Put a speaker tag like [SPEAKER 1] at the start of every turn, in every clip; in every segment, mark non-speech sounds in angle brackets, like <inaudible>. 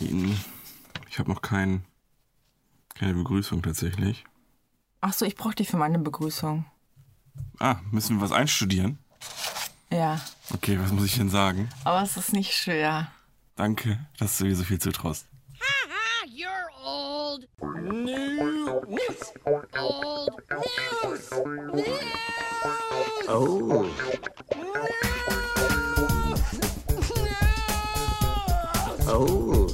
[SPEAKER 1] ihn. Ich habe noch kein, keine Begrüßung tatsächlich.
[SPEAKER 2] Achso, ich brauche dich für meine Begrüßung.
[SPEAKER 1] Ah, müssen wir was einstudieren?
[SPEAKER 2] Ja,
[SPEAKER 1] Okay, was muss ich denn sagen?
[SPEAKER 2] aber es ist nicht schwer.
[SPEAKER 1] Danke, dass du mir so viel zutraust.
[SPEAKER 3] Haha, you're Ah, old. News. Old news. News.
[SPEAKER 4] Oh. Oh.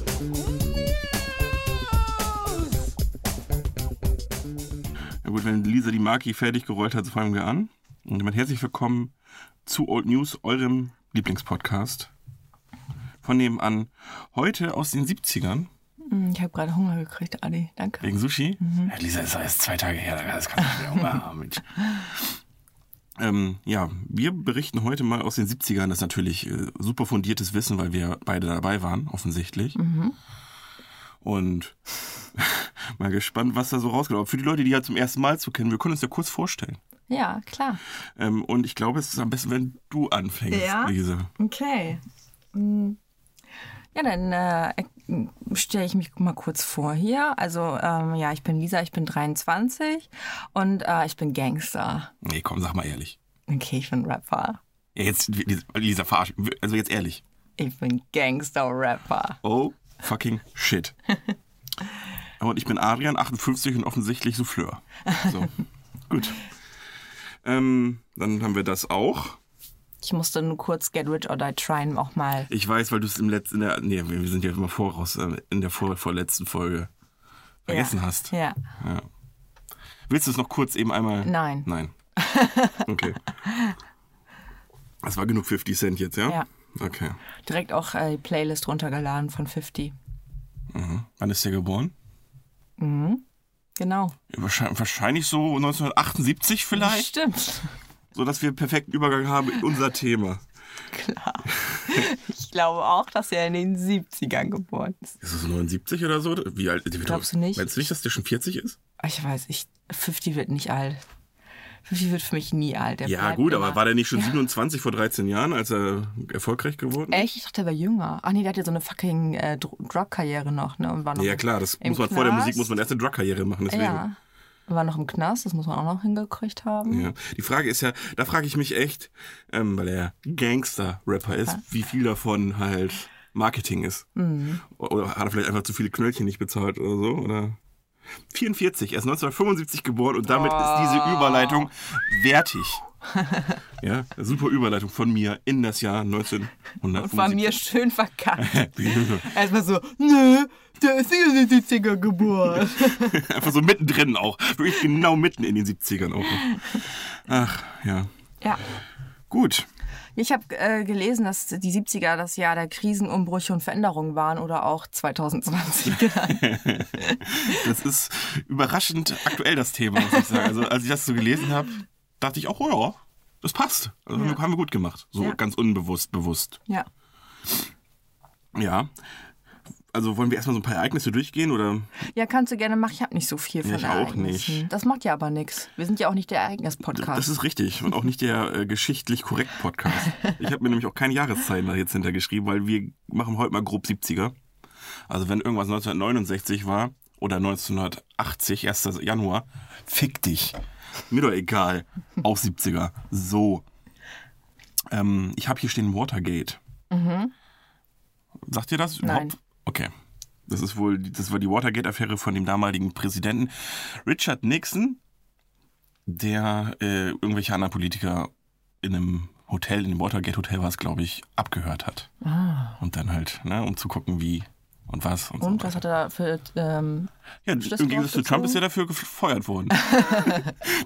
[SPEAKER 1] Na gut, wenn Lisa die Marki fertig gerollt hat, so fangen wir an. Und damit herzlich willkommen zu Old News, eurem Lieblingspodcast. Von nebenan, heute aus den 70ern,
[SPEAKER 2] Hm, Ich habe gerade Hunger gekriegt, Adi. Danke.
[SPEAKER 1] wegen Sushi. Ja, Lisa ist doch erst zwei Tage her, das kann ich nicht mehr haben. Mensch. Ähm, ja, wir berichten heute mal aus den 70ern. Das ist natürlich äh, super fundiertes Wissen, weil wir beide dabei waren, offensichtlich. Und <laughs> mal gespannt, was da so rausgeht. Aber für die Leute, die ja zum ersten Mal zu kennen, wir können uns ja kurz vorstellen.
[SPEAKER 2] Ja, klar.
[SPEAKER 1] Ähm, und ich glaube, es ist am besten, wenn du anfängst,
[SPEAKER 2] Ja?
[SPEAKER 1] Lisa.
[SPEAKER 2] Okay. Hm. Ja, dann äh, stelle ich mich mal kurz vor hier. Also, ähm, ja, ich bin Lisa, ich bin 23 und äh, ich bin Gangster.
[SPEAKER 1] Nee, komm, sag mal ehrlich.
[SPEAKER 2] Okay, ich bin Rapper.
[SPEAKER 1] Ja, jetzt, Lisa, verarsch. Also jetzt ehrlich.
[SPEAKER 2] Ich bin Gangster-Rapper.
[SPEAKER 1] Oh, fucking shit. <laughs> Und ich bin Adrian, 58 und offensichtlich Souffleur.
[SPEAKER 2] <laughs>
[SPEAKER 1] So, gut. Ähm, dann haben wir das auch.
[SPEAKER 2] Ich musste nur kurz Get Rich or Die Tryin' auch mal.
[SPEAKER 1] Ich weiß, weil du es im letzten, in der, nee, wir wir sind ja immer voraus, äh, in der vor, vorletzten Folge vergessen
[SPEAKER 2] ja.
[SPEAKER 1] hast.
[SPEAKER 2] Ja.
[SPEAKER 1] Ja. Willst du es noch kurz eben einmal?
[SPEAKER 2] Nein. <laughs>
[SPEAKER 1] Nein. Okay. Das war genug 50 Cent jetzt, ja?
[SPEAKER 2] Ja.
[SPEAKER 1] Okay.
[SPEAKER 2] Direkt auch äh, die Playlist runtergeladen von 50.
[SPEAKER 1] Wann ist der geboren?
[SPEAKER 2] Genau.
[SPEAKER 1] Ja, wahrscheinlich, wahrscheinlich so 1978 vielleicht,
[SPEAKER 2] Stimmt.
[SPEAKER 1] sodass wir einen perfekten Übergang haben in unser Thema.
[SPEAKER 2] Klar. Ich glaube auch, dass er in den 70ern geboren ist.
[SPEAKER 1] Ist das 79 oder so? Wie alt?
[SPEAKER 2] Glaubst du nicht?
[SPEAKER 1] Meinst du nicht, dass der schon 40 ist?
[SPEAKER 2] Ich weiß, ich, 50 wird nicht alt. 50 wird für mich nie alt. Der
[SPEAKER 1] Ja,
[SPEAKER 2] bleibt
[SPEAKER 1] gut,
[SPEAKER 2] immer-
[SPEAKER 1] aber war der nicht schon 27 vor 13 Jahren, als er erfolgreich geworden ist?
[SPEAKER 2] Echt? Ich dachte, er war jünger. Ach nee, der hat ja so eine fucking äh, Dro- Drug-Karriere noch, ne? Und war noch
[SPEAKER 1] Ja, klar, das
[SPEAKER 2] im
[SPEAKER 1] muss man vor der
[SPEAKER 2] Knast.
[SPEAKER 1] Musik, muss man erst eine Drug-Karriere machen. Deswegen.
[SPEAKER 2] Ja. War noch im Knast, das muss man auch noch hingekriegt haben.
[SPEAKER 1] Ja. Die Frage ist ja, da frage ich mich echt, ähm, weil er Gangster-Rapper ist, wie viel davon halt Marketing ist. Oder hat er vielleicht einfach zu viele Knöllchen nicht bezahlt oder so? Oder? 44, er ist 1975 geboren und damit ist diese Überleitung wertig. ja, super Überleitung von mir in das Jahr 1975.
[SPEAKER 2] Und war mir schön verkackt. <laughs> Erstmal so, nö, der ist nicht in den
[SPEAKER 1] <laughs>
[SPEAKER 2] 70er geboren.
[SPEAKER 1] Einfach so mittendrin auch. Wirklich genau mitten in den 70ern auch. noch. Ach, ja.
[SPEAKER 2] ja.
[SPEAKER 1] Gut.
[SPEAKER 2] Ich habe äh, gelesen, dass die 70er das Jahr der Krisenumbrüche und Veränderungen waren oder auch 2020 genannt.
[SPEAKER 1] Das ist überraschend aktuell, das Thema, muss ich sagen. Also, als ich das so gelesen habe, dachte ich auch, oh ja, das passt. Also, Haben wir gut gemacht. So
[SPEAKER 2] Ja.
[SPEAKER 1] ganz unbewusst, bewusst.
[SPEAKER 2] <laughs> ja.
[SPEAKER 1] Ja. Also, wollen wir erstmal so ein paar Ereignisse durchgehen oder?
[SPEAKER 2] ja, kannst du gerne machen. Ich habe nicht so viel von
[SPEAKER 1] ich auch
[SPEAKER 2] Ereignissen.
[SPEAKER 1] nicht.
[SPEAKER 2] Das macht ja aber nichts. Wir sind ja auch nicht der
[SPEAKER 1] Das
[SPEAKER 2] Ereignis-Podcast.
[SPEAKER 1] ist richtig und auch nicht der äh, geschichtlich korrekt Podcast. Ich habe mir nämlich auch keine Jahreszeiten da jetzt hintergeschrieben, weil wir machen heute mal grob 70er. Also wenn irgendwas 1969 war oder 1980, 1. Januar, fick dich. Mir doch egal. Auch 70er. So. Ähm, ich habe hier stehen Watergate. Sagt ihr das überhaupt?
[SPEAKER 2] Nein.
[SPEAKER 1] Okay. Das ist wohl, das war die Watergate-Affäre von dem damaligen Präsidenten Richard Nixon, der äh, irgendwelche anderen Politiker in einem Hotel, in dem Watergate-Hotel war es, glaube ich, abgehört hat. Und dann halt, ne, um zu gucken, wie und was und,
[SPEAKER 2] Ah. Und
[SPEAKER 1] so.
[SPEAKER 2] was hat er da für. Ähm,
[SPEAKER 1] Ja, im
[SPEAKER 2] Schluss
[SPEAKER 1] Gegensatz zu
[SPEAKER 2] draufgezogen?
[SPEAKER 1] Trump ist er dafür gefeuert
[SPEAKER 2] <laughs>
[SPEAKER 1] worden.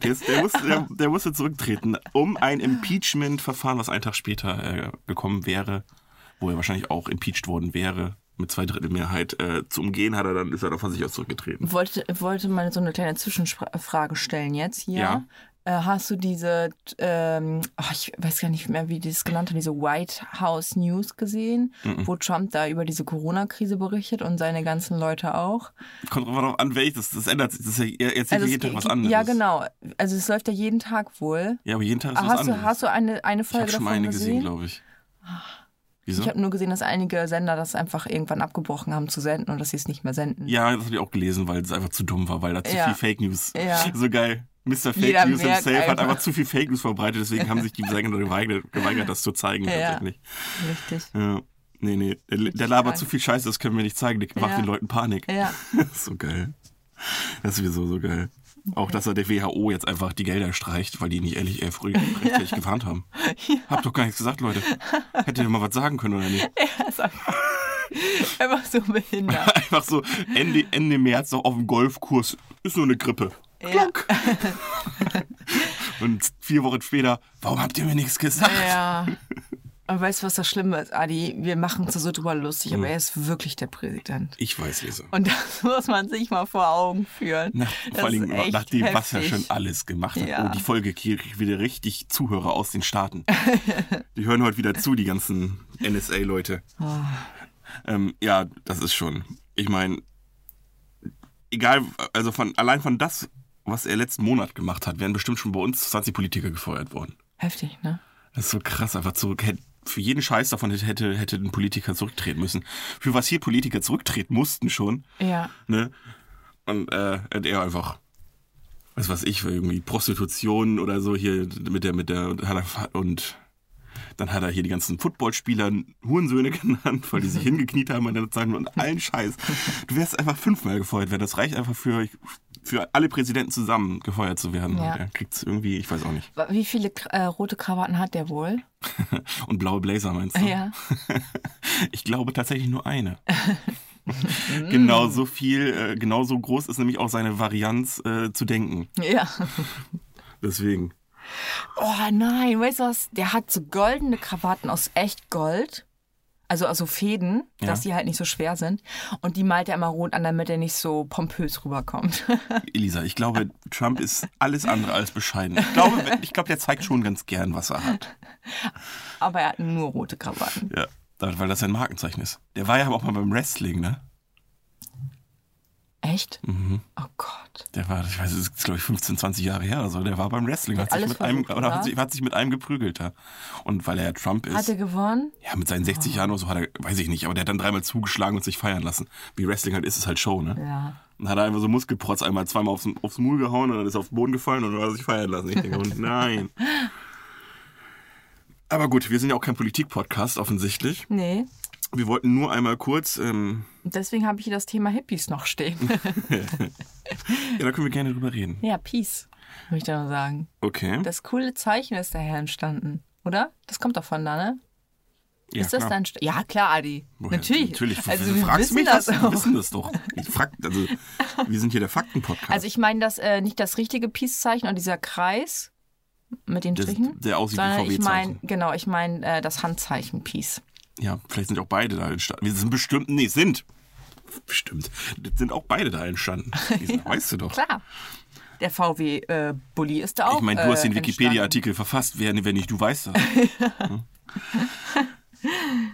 [SPEAKER 1] der, ist, der, musste, der, der musste zurücktreten, um ein Impeachment-Verfahren, was einen Tag später äh, gekommen wäre, wo er wahrscheinlich auch impeached worden wäre, mit zwei Drittel Mehrheit äh, zu umgehen, hat er dann ist er davon sich aus zurückgetreten.
[SPEAKER 2] wollte, wollte mal so eine kleine Zwischenfrage stellen jetzt hier.
[SPEAKER 1] Ja.
[SPEAKER 2] Äh, Hast du diese, ähm, ach, ich weiß gar nicht mehr, wie die das genannt haben, diese White House News gesehen,
[SPEAKER 1] Mhm.
[SPEAKER 2] wo Trump da über diese Corona-Krise berichtet und seine ganzen Leute auch?
[SPEAKER 1] Kommt drauf an, an welches, das ändert sich. Das ist ja, er erzählt
[SPEAKER 2] Also
[SPEAKER 1] ja
[SPEAKER 2] es
[SPEAKER 1] jeden Tag
[SPEAKER 2] ge-
[SPEAKER 1] was anderes.
[SPEAKER 2] Ja, genau. Also es läuft ja jeden Tag wohl.
[SPEAKER 1] Ja, aber jeden Tag ist was
[SPEAKER 2] Ah, hast, du,
[SPEAKER 1] anderes.
[SPEAKER 2] hast du eine, eine
[SPEAKER 1] ich habe
[SPEAKER 2] Folge
[SPEAKER 1] schon
[SPEAKER 2] davon
[SPEAKER 1] mal eine gesehen,
[SPEAKER 2] gesehen?
[SPEAKER 1] glaube ich. Wieso?
[SPEAKER 2] Ich habe nur gesehen, dass einige Sender das einfach irgendwann abgebrochen haben zu senden und dass sie es nicht mehr senden.
[SPEAKER 1] Ja, das habe ich auch gelesen, weil es einfach zu dumm war, weil da zu
[SPEAKER 2] Ja.
[SPEAKER 1] viel Fake News.
[SPEAKER 2] Ja.
[SPEAKER 1] <laughs> So geil. Mr. Fake
[SPEAKER 2] Jeder
[SPEAKER 1] News
[SPEAKER 2] merkt
[SPEAKER 1] himself hat
[SPEAKER 2] einfach.
[SPEAKER 1] einfach zu viel Fake News verbreitet, deswegen haben sich die Sänger geweigert, geweigert, das zu zeigen
[SPEAKER 2] Ja.
[SPEAKER 1] tatsächlich.
[SPEAKER 2] <laughs> Richtig.
[SPEAKER 1] Ja. Nee, nee, der, der labert
[SPEAKER 2] krank.
[SPEAKER 1] zu viel Scheiße, das können wir nicht zeigen, der macht
[SPEAKER 2] Ja.
[SPEAKER 1] den Leuten Panik.
[SPEAKER 2] Ja.
[SPEAKER 1] <laughs> so geil. Das ist sowieso so geil. Auch, dass er der WHO jetzt einfach die Gelder streicht, weil die nicht ehrlich äh,
[SPEAKER 2] <laughs>
[SPEAKER 1] früh rechtzeitig gewarnt haben. Habt doch gar nichts gesagt, Leute. Hättet ihr mal was sagen können oder nicht?
[SPEAKER 2] Ja, ist einfach, <laughs> einfach so behindert.
[SPEAKER 1] Einfach so Ende, Ende März noch auf dem Golfkurs. Ist nur eine Grippe. Klock. Und vier Wochen später, warum habt ihr mir nichts gesagt?
[SPEAKER 2] Ja. Aber weißt du, was das Schlimme ist, Adi? Wir machen uns da so drüber lustig,
[SPEAKER 1] Mhm.
[SPEAKER 2] aber er ist wirklich der Präsident.
[SPEAKER 1] Ich weiß, Lisa.
[SPEAKER 2] Und das <laughs> muss man sich mal vor Augen führen.
[SPEAKER 1] Nach,
[SPEAKER 2] Das
[SPEAKER 1] vor allem
[SPEAKER 2] ist echt
[SPEAKER 1] nachdem, was er
[SPEAKER 2] heftig.
[SPEAKER 1] schon alles gemacht hat.
[SPEAKER 2] Ja.
[SPEAKER 1] Oh, die Folge kriegt wieder richtig Zuhörer aus den
[SPEAKER 2] <laughs>
[SPEAKER 1] Staaten. die hören heute wieder zu, die ganzen NSA-Leute.
[SPEAKER 2] Ah.
[SPEAKER 1] Ähm, ja, das ist schon. Ich meine, egal, also von allein von das, was er letzten Monat gemacht hat, wären bestimmt schon bei uns 20 Politiker gefeuert worden.
[SPEAKER 2] Heftig, ne?
[SPEAKER 1] Das ist so krass, einfach zurück. hätt- Für jeden Scheiß davon hätte- hätte, hätte ein Politiker zurücktreten müssen. Für was hier Politiker zurücktreten mussten schon,
[SPEAKER 2] Ja.
[SPEAKER 1] ne? Und äh, hat er einfach, was weiß ich, irgendwie Prostitution oder so hier mit der, mit der, und hat er- und dann hat er hier die ganzen Footballspieler Hurensöhne <laughs> genannt, weil die sich hingekniet haben an der Zeit und allen Scheiß. Du wärst einfach fünfmal gefeuert werden. Das reicht einfach für, für alle Präsidenten zusammen gefeuert zu werden.
[SPEAKER 2] Ja.
[SPEAKER 1] Und er kriegt's irgendwie, ich weiß auch nicht.
[SPEAKER 2] Wie viele äh, rote Krawatten hat der wohl?
[SPEAKER 1] <laughs> Und blaue Blazer meinst du?
[SPEAKER 2] Ja.
[SPEAKER 1] <laughs> Ich glaube tatsächlich nur eine.
[SPEAKER 2] <laughs> Mm.
[SPEAKER 1] genauso viel, äh, genauso groß ist nämlich auch seine Varianz äh, zu denken.
[SPEAKER 2] Ja.
[SPEAKER 1] Deswegen.
[SPEAKER 2] Oh nein, weißt du was? Der hat so goldene Krawatten aus echt Gold. Also, also Fäden,
[SPEAKER 1] Ja.
[SPEAKER 2] dass die halt nicht so schwer sind. Und die malt er immer rot an, damit er nicht so pompös rüberkommt. <laughs>
[SPEAKER 1] Elisa, ich glaube, Trump ist alles andere als bescheiden. Ich
[SPEAKER 2] <laughs>
[SPEAKER 1] glaube, ich glaube, der zeigt schon ganz gern, was er hat.
[SPEAKER 2] Aber er hat nur rote Krawatten.
[SPEAKER 1] Ja. Weil das sein Markenzeichen ist. Der war ja auch mal beim Wrestling, ne?
[SPEAKER 2] Echt?
[SPEAKER 1] Mhm.
[SPEAKER 2] Oh Gott.
[SPEAKER 1] Der war, ich weiß, das ist glaube ich 15, 20 Jahre her oder so. Der war beim Wrestling, hat sich,
[SPEAKER 2] alles
[SPEAKER 1] mit einem,
[SPEAKER 2] versucht,
[SPEAKER 1] oder hat,
[SPEAKER 2] oder?
[SPEAKER 1] sich, hat sich mit einem geprügelt. Ja. Und weil er ja Trump ist.
[SPEAKER 2] Hat er gewonnen?
[SPEAKER 1] Ja, mit seinen 60 Jahren oder so hat er, weiß ich nicht, aber der hat dann dreimal zugeschlagen und sich feiern lassen. Wie Wrestling halt ist, ist halt Show, ne?
[SPEAKER 2] Ja.
[SPEAKER 1] Dann hat er einfach so Muskelprotz einmal zweimal aufs, aufs Maul gehauen und dann ist er auf den Boden gefallen und dann hat er sich feiern lassen. Ich denke,
[SPEAKER 2] <laughs>
[SPEAKER 1] oh nein. Aber gut, wir sind ja auch kein Politik-Podcast offensichtlich.
[SPEAKER 2] Nee.
[SPEAKER 1] Wir wollten nur einmal kurz, ähm,
[SPEAKER 2] Deswegen habe ich hier das Thema Hippies
[SPEAKER 1] <laughs>
[SPEAKER 2] noch stehen.
[SPEAKER 1] ja, da können wir gerne drüber reden.
[SPEAKER 2] ja, Peace, würde ich da nur sagen.
[SPEAKER 1] Okay.
[SPEAKER 2] Das coole Zeichen ist daher entstanden, oder? Das kommt doch von da, ne?
[SPEAKER 1] ja,
[SPEAKER 2] ist das
[SPEAKER 1] klar.
[SPEAKER 2] dann? Ja, klar, Adi.
[SPEAKER 1] Woher?
[SPEAKER 2] Natürlich.
[SPEAKER 1] Natürlich.
[SPEAKER 2] Also,
[SPEAKER 1] du
[SPEAKER 2] wir
[SPEAKER 1] fragst
[SPEAKER 2] wissen
[SPEAKER 1] mich
[SPEAKER 2] das
[SPEAKER 1] Wir
[SPEAKER 2] auch.
[SPEAKER 1] wissen das doch. Ich frag, also, wir sind hier der Fakten-Podcast.
[SPEAKER 2] Also ich meine das äh, nicht das richtige Peace-Zeichen und dieser Kreis mit den
[SPEAKER 1] Der-
[SPEAKER 2] Strichen.
[SPEAKER 1] der aussieht wie
[SPEAKER 2] sondern ich meine,
[SPEAKER 1] VW-Zeichen.
[SPEAKER 2] genau, ich meine äh, das Handzeichen Peace.
[SPEAKER 1] Ja, vielleicht sind auch beide da entstanden. Wir sind bestimmt, nee, sind. Bestimmt. Sind auch beide da
[SPEAKER 2] <laughs>
[SPEAKER 1] entstanden. Lisa, Weißt du doch.
[SPEAKER 2] Klar. Der VW-Bulli ist da auch.
[SPEAKER 1] Ich meine, du hast
[SPEAKER 2] äh,
[SPEAKER 1] den Wikipedia-Artikel verfasst. Wer, wenn nicht, du
[SPEAKER 2] <laughs>
[SPEAKER 1] weißt das. Hm?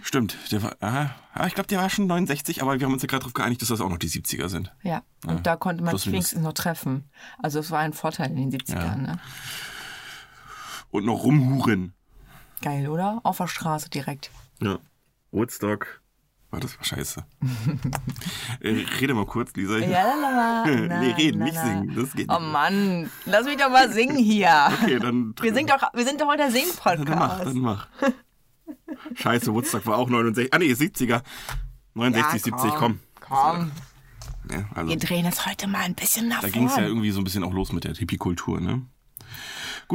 [SPEAKER 1] Stimmt. Der war, ah, ah, ich glaube, der war schon 69, aber wir haben uns ja gerade darauf geeinigt, dass das auch noch die 70er sind.
[SPEAKER 2] entstanden. Ja, und da konnte man
[SPEAKER 1] plus
[SPEAKER 2] sich
[SPEAKER 1] minus.
[SPEAKER 2] wenigstens noch treffen. Also es war ein Vorteil in den 70ern. Ne?
[SPEAKER 1] Und noch rumhuren.
[SPEAKER 2] Geil, oder? Auf der Straße
[SPEAKER 1] <laughs>
[SPEAKER 2] direkt.
[SPEAKER 1] Ja. Woodstock. War das war scheiße. <laughs> äh, rede mal kurz, Lisa. Ich-
[SPEAKER 2] Ja, la, la, la,
[SPEAKER 1] nee, reden,
[SPEAKER 2] na,
[SPEAKER 1] nicht
[SPEAKER 2] na.
[SPEAKER 1] singen. Das geht
[SPEAKER 2] Oh
[SPEAKER 1] nicht.
[SPEAKER 2] Mann, lass mich doch mal singen hier.
[SPEAKER 1] Okay, dann
[SPEAKER 2] Wir sind doch, wir sind doch heute der Sing-Podcast.
[SPEAKER 1] Dann <laughs> mach, dann mach. Scheiße, Woodstock war auch 69. Ah nee, 70er. 69, 70, komm.
[SPEAKER 2] Komm,
[SPEAKER 1] Ja, also,
[SPEAKER 2] wir drehen das heute mal ein bisschen nach
[SPEAKER 1] da ging
[SPEAKER 2] vorne.
[SPEAKER 1] es ja irgendwie so ein bisschen auch los mit der Hippie-Kultur, ne?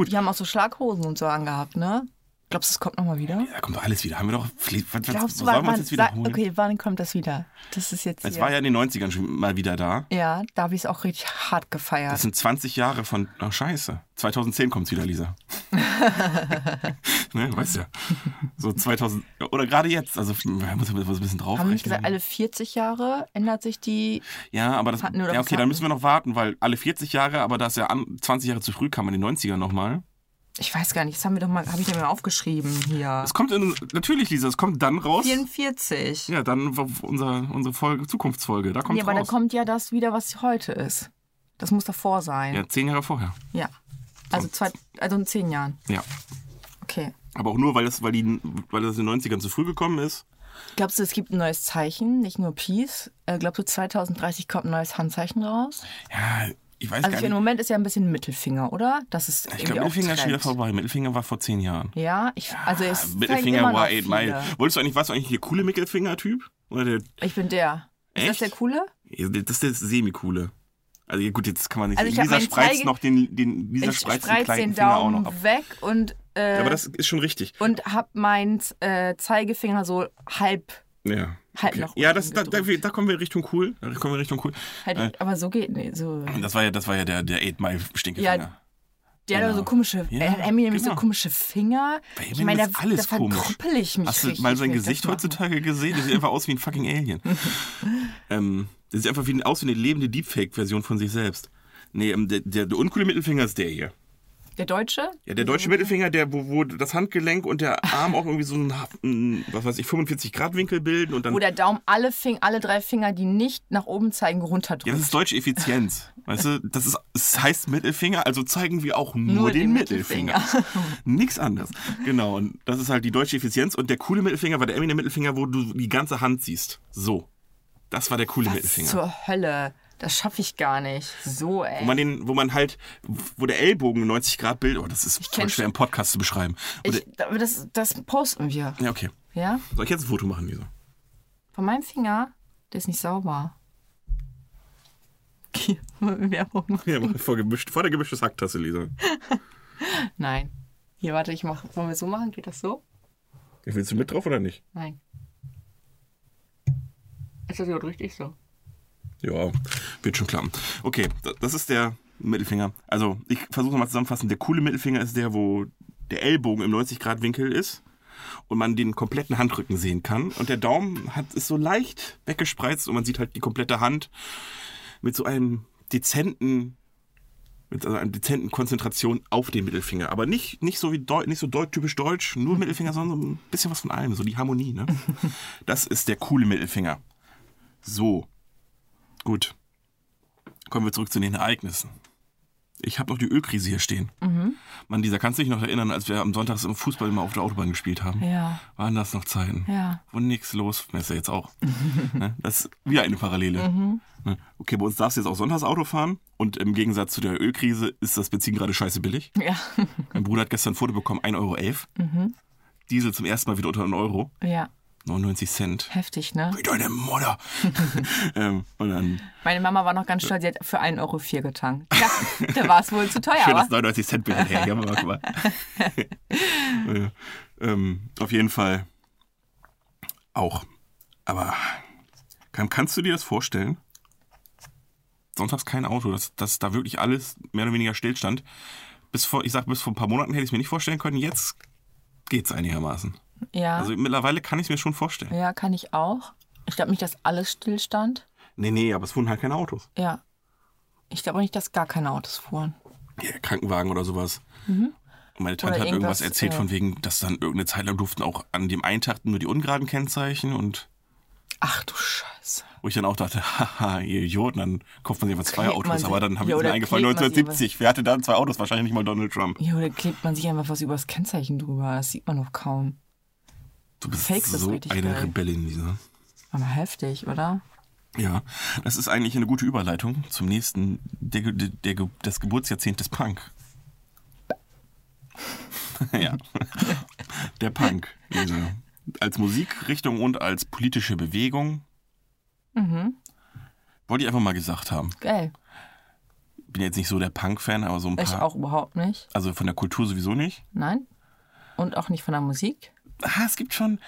[SPEAKER 2] Die haben auch so Schlaghosen und so angehabt, ne? Glaubst du, es kommt nochmal wieder?
[SPEAKER 1] Da kommt doch alles wieder. Haben wir doch. Was, was,
[SPEAKER 2] Glaubst du,
[SPEAKER 1] sollen
[SPEAKER 2] wann,
[SPEAKER 1] wir uns
[SPEAKER 2] wann,
[SPEAKER 1] jetzt
[SPEAKER 2] sag,
[SPEAKER 1] wiederholen?
[SPEAKER 2] okay, wann kommt das wieder? Das ist jetzt
[SPEAKER 1] Es
[SPEAKER 2] hier.
[SPEAKER 1] war ja in den 90ern schon mal wieder da.
[SPEAKER 2] ja, da habe ich es auch richtig hart gefeiert.
[SPEAKER 1] Das sind 20 Jahre von. Ach, scheiße. 2010 kommt's wieder,
[SPEAKER 2] <laughs>
[SPEAKER 1] Lisa. ne, weißt ja. So 2000. Oder gerade jetzt. Also, man muss man ein bisschen drauf
[SPEAKER 2] haben wir nicht gesagt, alle 40 Jahre ändert sich die.
[SPEAKER 1] Ja, aber das.
[SPEAKER 2] Hatten oder
[SPEAKER 1] ja,
[SPEAKER 2] was
[SPEAKER 1] okay, dann
[SPEAKER 2] hatten?
[SPEAKER 1] müssen wir noch warten, weil alle 40 Jahre, aber das ja an, 20 Jahre zu früh kam in den 90ern nochmal.
[SPEAKER 2] Ich weiß gar nicht, das haben wir doch mal, habe ich ja mal aufgeschrieben hier.
[SPEAKER 1] Es kommt in, natürlich, Lisa, es kommt dann raus.
[SPEAKER 2] 44.
[SPEAKER 1] Ja, dann w- unser, unsere Folge, Zukunftsfolge, da kommt
[SPEAKER 2] Ja, aber da
[SPEAKER 1] raus.
[SPEAKER 2] kommt ja das wieder, was heute ist. Das muss davor sein.
[SPEAKER 1] ja, zehn Jahre vorher.
[SPEAKER 2] Ja. Also, zwei, also in zehn Jahren.
[SPEAKER 1] Ja.
[SPEAKER 2] Okay.
[SPEAKER 1] Aber auch nur, weil das, weil, die, weil das in den 90ern zu früh gekommen ist.
[SPEAKER 2] Glaubst du, es gibt ein neues Zeichen, nicht nur Peace? Äh, glaubst du, 2030 kommt ein neues Handzeichen raus?
[SPEAKER 1] Ja, ich weiß
[SPEAKER 2] Also um
[SPEAKER 1] gar
[SPEAKER 2] für den
[SPEAKER 1] nicht.
[SPEAKER 2] Moment ist ja ein bisschen Mittelfinger, oder? Das ist
[SPEAKER 1] Ich glaube, Mittelfinger ist schon wieder vorbei. Mittelfinger war vor zehn Jahren.
[SPEAKER 2] Ja, ich, also es zeigen
[SPEAKER 1] Mittelfinger
[SPEAKER 2] immer noch
[SPEAKER 1] war 8 Mile.
[SPEAKER 2] viele.
[SPEAKER 1] Wolltest du eigentlich, warst du eigentlich der coole Mittelfinger-Typ? Oder der,
[SPEAKER 2] Ich bin der. Ist das
[SPEAKER 1] Echt?
[SPEAKER 2] der coole?
[SPEAKER 1] Ja, das ist der semi-coole. Also ja, gut, jetzt kann man nicht.
[SPEAKER 2] Also ich hab
[SPEAKER 1] Lisa
[SPEAKER 2] meinen
[SPEAKER 1] spreizt
[SPEAKER 2] Zeige-
[SPEAKER 1] noch den, den Lisa
[SPEAKER 2] ich
[SPEAKER 1] spreizt den
[SPEAKER 2] spreiz
[SPEAKER 1] kleinen
[SPEAKER 2] den
[SPEAKER 1] Finger auch noch
[SPEAKER 2] Daumen
[SPEAKER 1] ab.
[SPEAKER 2] weg und, äh,
[SPEAKER 1] Ja, aber das ist schon richtig.
[SPEAKER 2] und hab meinen äh, Zeigefinger so halb.
[SPEAKER 1] Ja.
[SPEAKER 2] Halt noch
[SPEAKER 1] ja,
[SPEAKER 2] unten
[SPEAKER 1] das, da, da,
[SPEAKER 2] gedrückt.
[SPEAKER 1] da kommen wir Richtung cool. Da kommen wir Richtung cool.
[SPEAKER 2] Halt,
[SPEAKER 1] Äh.
[SPEAKER 2] aber so geht nee, so.
[SPEAKER 1] Und Das war ja, das war ja der, der 8 Mile Stinkefinger.
[SPEAKER 2] Ja, Der hat
[SPEAKER 1] Genau.
[SPEAKER 2] doch so komische,
[SPEAKER 1] Ja,
[SPEAKER 2] er hat Emmy nämlich so
[SPEAKER 1] genau.
[SPEAKER 2] komische Finger.
[SPEAKER 1] Bei
[SPEAKER 2] ich
[SPEAKER 1] Eminem
[SPEAKER 2] meine,
[SPEAKER 1] ist
[SPEAKER 2] da,
[SPEAKER 1] alles
[SPEAKER 2] da
[SPEAKER 1] komisch.
[SPEAKER 2] verkrüppel ich mich
[SPEAKER 1] Hast du
[SPEAKER 2] richtig,
[SPEAKER 1] mal sein
[SPEAKER 2] wenn ich das
[SPEAKER 1] Gesicht
[SPEAKER 2] mache.
[SPEAKER 1] heutzutage gesehen? Das sieht einfach aus wie ein fucking Alien.
[SPEAKER 2] <laughs>
[SPEAKER 1] ähm, das sieht einfach wie ein, aus wie eine lebende Deepfake-Version von sich selbst. Nee, ähm, der, der, der uncoole Mittelfinger ist der hier.
[SPEAKER 2] Der Deutsche?
[SPEAKER 1] Ja, der deutsche Mittelfinger, der, wo, wo das Handgelenk und der Arm auch irgendwie so einen, einen was weiß ich, 45-Grad-Winkel bilden und dann.
[SPEAKER 2] Wo der Daumen alle, Fing, alle drei Finger, die nicht nach oben zeigen,
[SPEAKER 1] ja, das
[SPEAKER 2] runterdrückt.
[SPEAKER 1] ist deutsche Effizienz. Weißt du, das ist, es heißt Mittelfinger, also zeigen wir auch nur, den, Mittelfinger. <laughs> Nichts anderes. Genau, und das ist halt die deutsche Effizienz. Und der coole Mittelfinger war der Emmy der Mittelfinger, wo du die ganze Hand siehst. So. Das war der coole
[SPEAKER 2] Was
[SPEAKER 1] Mittelfinger.
[SPEAKER 2] zur Hölle? Das schaffe ich gar nicht. So, ey.
[SPEAKER 1] Wo man den, wo man halt, wo der Ellbogen 90 Grad bildet, oh, das ist voll
[SPEAKER 2] kenn's.
[SPEAKER 1] schwer im Podcast zu beschreiben. Und
[SPEAKER 2] ich, aber das, das posten wir.
[SPEAKER 1] der, ja, okay.
[SPEAKER 2] Ja?
[SPEAKER 1] Soll ich jetzt ein Foto machen, Lisa?
[SPEAKER 2] Von meinem Finger, der ist nicht sauber. <laughs> Okay, Werbung.
[SPEAKER 1] <laughs> Ja, aber vor, gemischt, vor der gemischten Hacktasse, Lisa.
[SPEAKER 2] Nein. Hier, warte, ich mache. Wollen wir so machen? Geht das so?
[SPEAKER 1] Willst du mit drauf oder nicht?
[SPEAKER 2] Nein. Ist das überhaupt richtig so?
[SPEAKER 1] Ja, wird schon klappen. Okay, da- das ist der Mittelfinger. Also, ich versuche nochmal zusammenfassen. Der coole Mittelfinger ist der, wo der Ellbogen im 90-Grad-Winkel ist und man den kompletten Handrücken sehen kann. Und der Daumen hat, ist so leicht weggespreizt und man sieht halt die komplette Hand mit so einem dezenten mit also einer dezenten Konzentration auf den Mittelfinger, aber nicht, nicht so wie Deu nicht so Deu typisch deutsch, nur Mittelfinger, sondern so ein bisschen was von allem, so die Harmonie,
[SPEAKER 2] <laughs>
[SPEAKER 1] ne? Das ist der coole Mittelfinger. So. Gut. Kommen wir zurück zu den Ereignissen. Ich habe noch die Ölkrise hier stehen.
[SPEAKER 2] Mhm.
[SPEAKER 1] Mann, dieser kannst du dich noch erinnern, als wir am Sonntag im Fußball immer auf der Autobahn gespielt haben?
[SPEAKER 2] Ja.
[SPEAKER 1] Waren das noch Zeiten?
[SPEAKER 2] Ja.
[SPEAKER 1] Wo nix los ist ja jetzt auch. ne? Das ist wieder eine Parallele. Ne? Okay, bei uns darfst du jetzt auch sonntags Auto fahren und im Gegensatz zu der Ölkrise ist das Benzin gerade scheiße billig.
[SPEAKER 2] Ja. <laughs>
[SPEAKER 1] Mein Bruder hat gestern ein Foto bekommen, 1,11 Euro. Diesel zum ersten Mal wieder unter 1 Euro.
[SPEAKER 2] Ja.
[SPEAKER 1] 99 Cent.
[SPEAKER 2] Heftig, ne?
[SPEAKER 1] Wie deine Mutter. <laughs> ähm, und dann
[SPEAKER 2] Meine Mama war noch ganz stolz, sie hat für 1,04 Euro getankt. Ja, da war es wohl zu teuer,
[SPEAKER 1] Schön,
[SPEAKER 2] aber.
[SPEAKER 1] dass 99 Cent Bild her. Ja, mal, guck
[SPEAKER 2] <laughs>
[SPEAKER 1] mal. ja, ähm, auf jeden Fall auch. Aber kann, kannst du dir das vorstellen? Sonntags kein Auto, dass, dass da wirklich alles mehr oder weniger stillstand. Bis vor, ich sag, bis vor ein paar Monaten hätte ich es mir nicht vorstellen können. Jetzt geht's einigermaßen.
[SPEAKER 2] Ja.
[SPEAKER 1] Also mittlerweile kann ich es mir schon vorstellen.
[SPEAKER 2] ja, kann ich auch. Ich glaube nicht, dass alles stillstand.
[SPEAKER 1] Nee, nee, aber es wurden halt keine Autos.
[SPEAKER 2] Ja. Ich glaube auch nicht, dass gar keine Autos fuhren.
[SPEAKER 1] Ja, Krankenwagen oder sowas. Und meine Tante
[SPEAKER 2] Mhm. Oder
[SPEAKER 1] hat irgendwas
[SPEAKER 2] irgendwas,
[SPEAKER 1] erzählt
[SPEAKER 2] äh,
[SPEAKER 1] von wegen, dass dann irgendeine Zeit lang durften auch an dem einen Tag nur die ungeraden Kennzeichen und
[SPEAKER 2] Ach du Scheiße.
[SPEAKER 1] wo ich dann auch dachte, <laughs> haha, ihr Idioten, dann kauft man sich aber zwei
[SPEAKER 2] Klebt man
[SPEAKER 1] Autos.
[SPEAKER 2] sie-
[SPEAKER 1] Aber dann habe ich
[SPEAKER 2] Ja,
[SPEAKER 1] mir
[SPEAKER 2] oder
[SPEAKER 1] eingefallen,
[SPEAKER 2] klebt man sie
[SPEAKER 1] 1970, wer hatte dann zwei Autos? Wahrscheinlich nicht mal Donald Trump.
[SPEAKER 2] Ja, oder klebt man sich einfach was übers Kennzeichen drüber? Das sieht man doch kaum.
[SPEAKER 1] Du bist
[SPEAKER 2] Fakes das
[SPEAKER 1] so
[SPEAKER 2] richtig
[SPEAKER 1] eine
[SPEAKER 2] geil.
[SPEAKER 1] Rebellin, ne? Lisa.
[SPEAKER 2] Aber heftig, oder?
[SPEAKER 1] Ja, das ist eigentlich eine gute Überleitung zum nächsten, der, Ge- der, der, Ge- das Geburtsjahrzehnt des Punk. <laughs> ja, der Punk, Lisa. Als Musikrichtung und als politische Bewegung.
[SPEAKER 2] Mhm.
[SPEAKER 1] Wollte ich einfach mal gesagt haben.
[SPEAKER 2] Geil.
[SPEAKER 1] Bin jetzt nicht so der Punk-Fan, aber so ein paar.
[SPEAKER 2] Ich auch überhaupt nicht.
[SPEAKER 1] Also von der Kultur sowieso nicht.
[SPEAKER 2] Nein. Und auch nicht von der Musik.
[SPEAKER 1] Ah, es gibt schon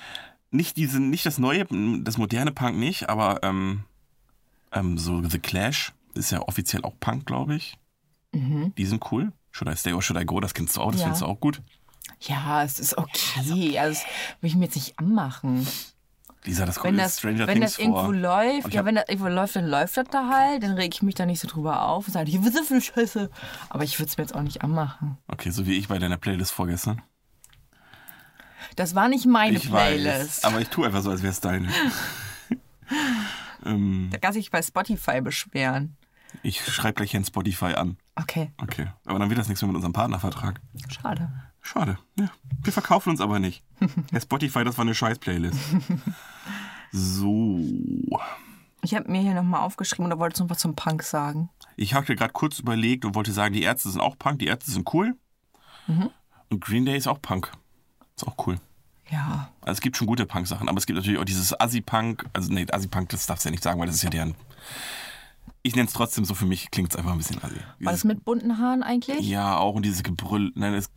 [SPEAKER 1] nicht diese, nicht das neue, das moderne Punk nicht, aber ähm, ähm, so The Clash ist ja offiziell auch Punk, glaube ich.
[SPEAKER 2] Mhm.
[SPEAKER 1] Die sind cool. Should I Stay or Should I Go? Das kennst du auch, das
[SPEAKER 2] Ja.
[SPEAKER 1] findest du auch gut.
[SPEAKER 2] Ja, es ist okay. Also, das will ich mir jetzt nicht anmachen.
[SPEAKER 1] Lisa, das kommt
[SPEAKER 2] Wenn
[SPEAKER 1] in
[SPEAKER 2] das,
[SPEAKER 1] Stranger
[SPEAKER 2] wenn
[SPEAKER 1] Things
[SPEAKER 2] das irgendwo
[SPEAKER 1] vor. Und
[SPEAKER 2] läuft,
[SPEAKER 1] ich
[SPEAKER 2] ja,
[SPEAKER 1] hab-
[SPEAKER 2] wenn das irgendwo läuft, dann läuft das da halt. Dann reg ich mich da nicht so drüber auf und sage, hier, was ist das für eine Scheiße? Aber ich würde es mir jetzt auch nicht anmachen.
[SPEAKER 1] Okay, so wie ich bei deiner Playlist vorgestern.
[SPEAKER 2] Das war nicht meine
[SPEAKER 1] ich
[SPEAKER 2] Playlist.
[SPEAKER 1] weiß, aber ich tue einfach so, als wäre es deine. <laughs> ähm,
[SPEAKER 2] da kann sich bei Spotify beschweren.
[SPEAKER 1] ich schreibe gleich hier in Spotify an.
[SPEAKER 2] Okay,
[SPEAKER 1] Okay, aber dann wird das nichts mehr mit unserem Partnervertrag.
[SPEAKER 2] schade.
[SPEAKER 1] Schade. Ja. Wir verkaufen uns aber nicht. Herr Spotify, das war eine
[SPEAKER 2] <laughs>
[SPEAKER 1] Scheiß-Playlist. So.
[SPEAKER 2] Ich habe mir hier nochmal aufgeschrieben oder wolltest du noch was zum Punk sagen?
[SPEAKER 1] Ich habe gerade kurz überlegt und wollte sagen, die Ärzte sind auch Punk, die Ärzte sind cool.
[SPEAKER 2] Mhm.
[SPEAKER 1] Und Green Day ist auch Punk. Ist auch cool.
[SPEAKER 2] Ja.
[SPEAKER 1] Also es gibt schon gute Punk-Sachen, aber es gibt natürlich auch dieses Assi-Punk. Also, nee, Assi-Punk, das darfst du ja nicht sagen, weil das ist ja deren. Ich nenne es trotzdem so, für mich klingt es einfach ein bisschen Assi.
[SPEAKER 2] War das mit bunten Haaren eigentlich?
[SPEAKER 1] Ja, auch und dieses Gebrüll. Nein, es,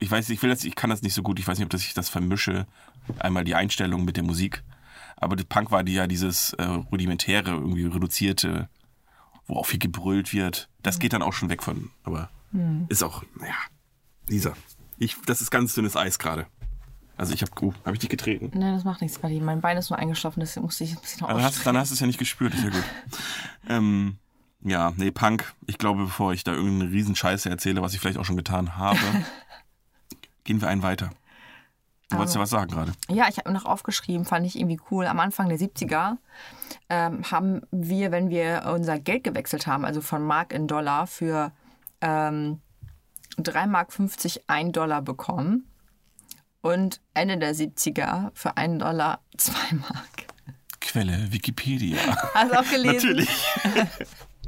[SPEAKER 1] ich weiß, ich will das, ich kann das nicht so gut. Ich weiß nicht, ob das, ich das vermische. Einmal die Einstellung mit der Musik. Aber die Punk war die ja dieses äh, rudimentäre, irgendwie reduzierte, wo auch viel gebrüllt wird. Das
[SPEAKER 2] Mhm.
[SPEAKER 1] geht dann auch schon weg von. Aber ist auch, naja, Lisa. Ich, das ist ganz dünnes Eis gerade. Also ich habe, uh, habe ich dich getreten?
[SPEAKER 2] Nein, das macht nichts, weil mein Bein ist nur eingeschlafen, deswegen musste ich ein bisschen
[SPEAKER 1] Dann hast,
[SPEAKER 2] ausstrecken.
[SPEAKER 1] dann hast du es ja nicht gespürt, ist ja gut. ähm, ja, nee, Punk. Ich glaube, bevor ich da irgendeine Riesenscheiße erzähle, was ich vielleicht auch schon getan habe, gehen wir einen weiter. Du wolltest ja was sagen gerade.
[SPEAKER 2] Ja, ich habe mir noch aufgeschrieben, fand ich irgendwie cool. Am Anfang der 70er ähm, haben wir, wenn wir unser Geld gewechselt haben, also von Mark in Dollar für ähm, 3,50 Mark 1 Dollar bekommen und Ende der 70er für 1 Dollar 2 Mark. <laughs>
[SPEAKER 1] Quelle, Wikipedia.
[SPEAKER 2] Hast du auch gelesen?
[SPEAKER 1] Natürlich.
[SPEAKER 2] <laughs>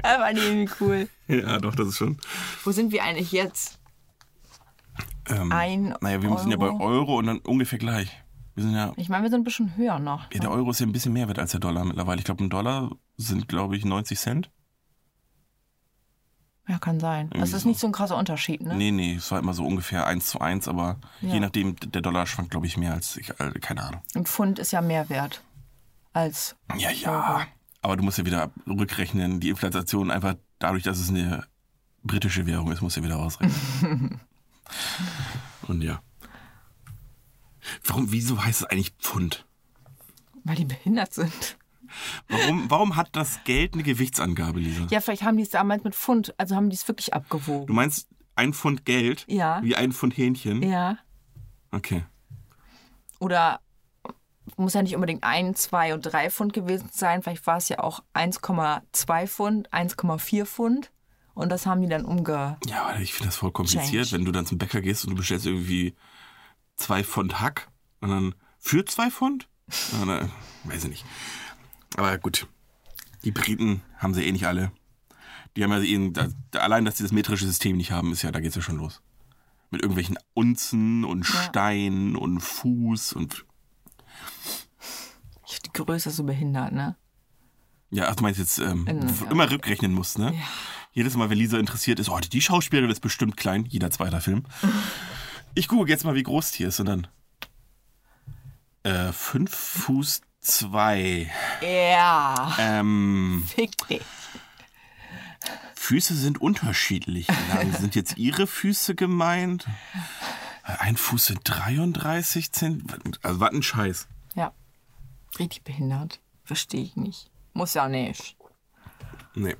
[SPEAKER 2] Das war irgendwie cool.
[SPEAKER 1] <laughs> Ja, doch, das ist schon.
[SPEAKER 2] Wo sind wir eigentlich jetzt?
[SPEAKER 1] Ähm,
[SPEAKER 2] Ein
[SPEAKER 1] naja, wir sind ja bei Euro und dann ungefähr gleich. Wir sind ja.
[SPEAKER 2] Ich meine, wir sind ein bisschen höher noch.
[SPEAKER 1] Ja, der Euro ist ja ein bisschen mehr wert als der Dollar mittlerweile. Ich glaube, ein Dollar sind, glaube ich, 90 Cent.
[SPEAKER 2] Ja, kann sein.
[SPEAKER 1] Mhm.
[SPEAKER 2] Das ist nicht so ein krasser Unterschied, ne?
[SPEAKER 1] Nee, nee, es war immer so ungefähr 1 zu 1, aber
[SPEAKER 2] Ja.
[SPEAKER 1] je nachdem, der Dollar schwankt, glaube ich, mehr als ich, äh, keine Ahnung.
[SPEAKER 2] Ein Pfund ist ja mehr wert als
[SPEAKER 1] Ja, ja. Aber du musst ja wieder rückrechnen, die Inflation einfach dadurch, dass es eine britische Währung ist, musst du ja wieder ausrechnen. <laughs> Und ja. Warum, wieso heißt es eigentlich Pfund?
[SPEAKER 2] weil die behindert sind.
[SPEAKER 1] Warum, warum hat das Geld eine Gewichtsangabe, Lisa?
[SPEAKER 2] Ja, vielleicht haben die es damals mit Pfund, also haben die es wirklich
[SPEAKER 1] Du
[SPEAKER 2] abgewogen.
[SPEAKER 1] meinst ein Pfund Geld
[SPEAKER 2] Ja.
[SPEAKER 1] wie ein Pfund Hähnchen?
[SPEAKER 2] Ja.
[SPEAKER 1] Okay.
[SPEAKER 2] Oder muss ja nicht unbedingt ein, zwei und drei Pfund gewesen sein. Vielleicht war es ja auch 1,2 Pfund, 1,4 Pfund. Und das haben die dann umge.
[SPEAKER 1] Ja, aber ich finde das voll kompliziert,
[SPEAKER 2] Change.
[SPEAKER 1] wenn du dann zum Bäcker gehst und du bestellst irgendwie zwei Pfund Hack und dann für zwei Pfund? Ja, na, weiß ich nicht. Aber gut, die Briten haben sie eh nicht alle. Die haben ja ihren, da, allein, dass sie das metrische System nicht haben, ist ja, da geht's ja schon los. Mit irgendwelchen Unzen und Stein und Fuß und.
[SPEAKER 2] Die Größe ist so behindert, ne?
[SPEAKER 1] Ja, ach, du meinst jetzt, ähm,
[SPEAKER 2] In-
[SPEAKER 1] w-
[SPEAKER 2] ja.
[SPEAKER 1] immer rückrechnen musst, ne? Jedes Mal, wenn Lisa interessiert ist, oh, die Schauspielerin ist bestimmt klein, jeder zweiter Film. Ich gucke jetzt mal, wie groß die ist und dann. Äh, fünf Fuß zwei.
[SPEAKER 2] Ja.
[SPEAKER 1] Ähm,
[SPEAKER 2] Fick dich.
[SPEAKER 1] Füße sind unterschiedlich. Lang. Sind jetzt ihre Füße gemeint? Ein Fuß sind 33 Zentimeter. Also, was ein Scheiß.
[SPEAKER 2] Ja. Richtig behindert. Verstehe ich nicht. Muss ja nicht.
[SPEAKER 1] Nee.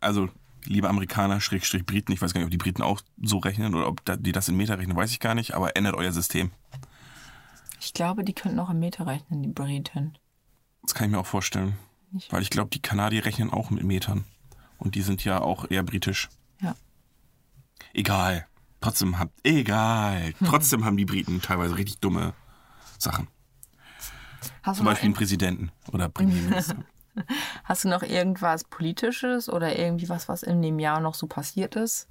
[SPEAKER 1] Also, liebe Amerikaner, Schrägstrich Briten, ich weiß gar nicht, ob die Briten auch so rechnen oder ob da, die das in Meter rechnen, weiß ich gar nicht, aber ändert euer System.
[SPEAKER 2] Ich glaube, die könnten auch im Meter rechnen, die Briten.
[SPEAKER 1] Das kann ich mir auch vorstellen.
[SPEAKER 2] Nicht?
[SPEAKER 1] Weil ich glaube, die Kanadier rechnen auch mit Metern. Und die sind ja auch eher britisch.
[SPEAKER 2] Ja.
[SPEAKER 1] Egal. Trotzdem haben, egal. Trotzdem haben die Briten teilweise richtig dumme Sachen.
[SPEAKER 2] Hast du,
[SPEAKER 1] Zum
[SPEAKER 2] noch,
[SPEAKER 1] Beispiel den Präsidenten oder Premierminister.
[SPEAKER 2] hast du noch irgendwas Politisches oder irgendwie was, was in dem Jahr noch so passiert ist?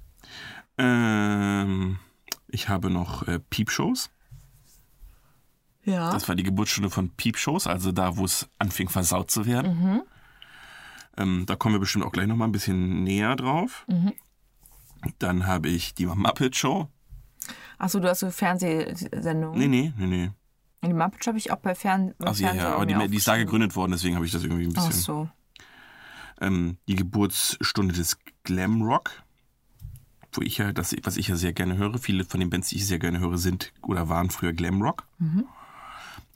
[SPEAKER 1] ähm, ich habe noch äh, Peepshows.
[SPEAKER 2] Ja.
[SPEAKER 1] Das war die Geburtsstunde von Peepshows, also da, wo es anfing, versaut zu werden.
[SPEAKER 2] Mhm.
[SPEAKER 1] Ähm, da kommen wir bestimmt auch gleich nochmal ein bisschen näher drauf.
[SPEAKER 2] Mhm.
[SPEAKER 1] Dann habe ich die Muppet Show.
[SPEAKER 2] Achso, du hast so Fernsehsendungen.
[SPEAKER 1] Nee, nee, nee, nee.
[SPEAKER 2] Die Muppet habe ich auch bei Fern beim
[SPEAKER 1] Also ja,
[SPEAKER 2] Fernsehen
[SPEAKER 1] ja, aber
[SPEAKER 2] mir
[SPEAKER 1] die, die ist da
[SPEAKER 2] aufgeschrieben.
[SPEAKER 1] gegründet worden, deswegen habe ich das irgendwie ein bisschen.
[SPEAKER 2] Ach so.
[SPEAKER 1] ähm, die Geburtsstunde des Glamrock, wo ich ja, das, was ich ja sehr gerne höre, viele von den Bands, die ich sehr gerne höre, sind oder waren früher Glamrock.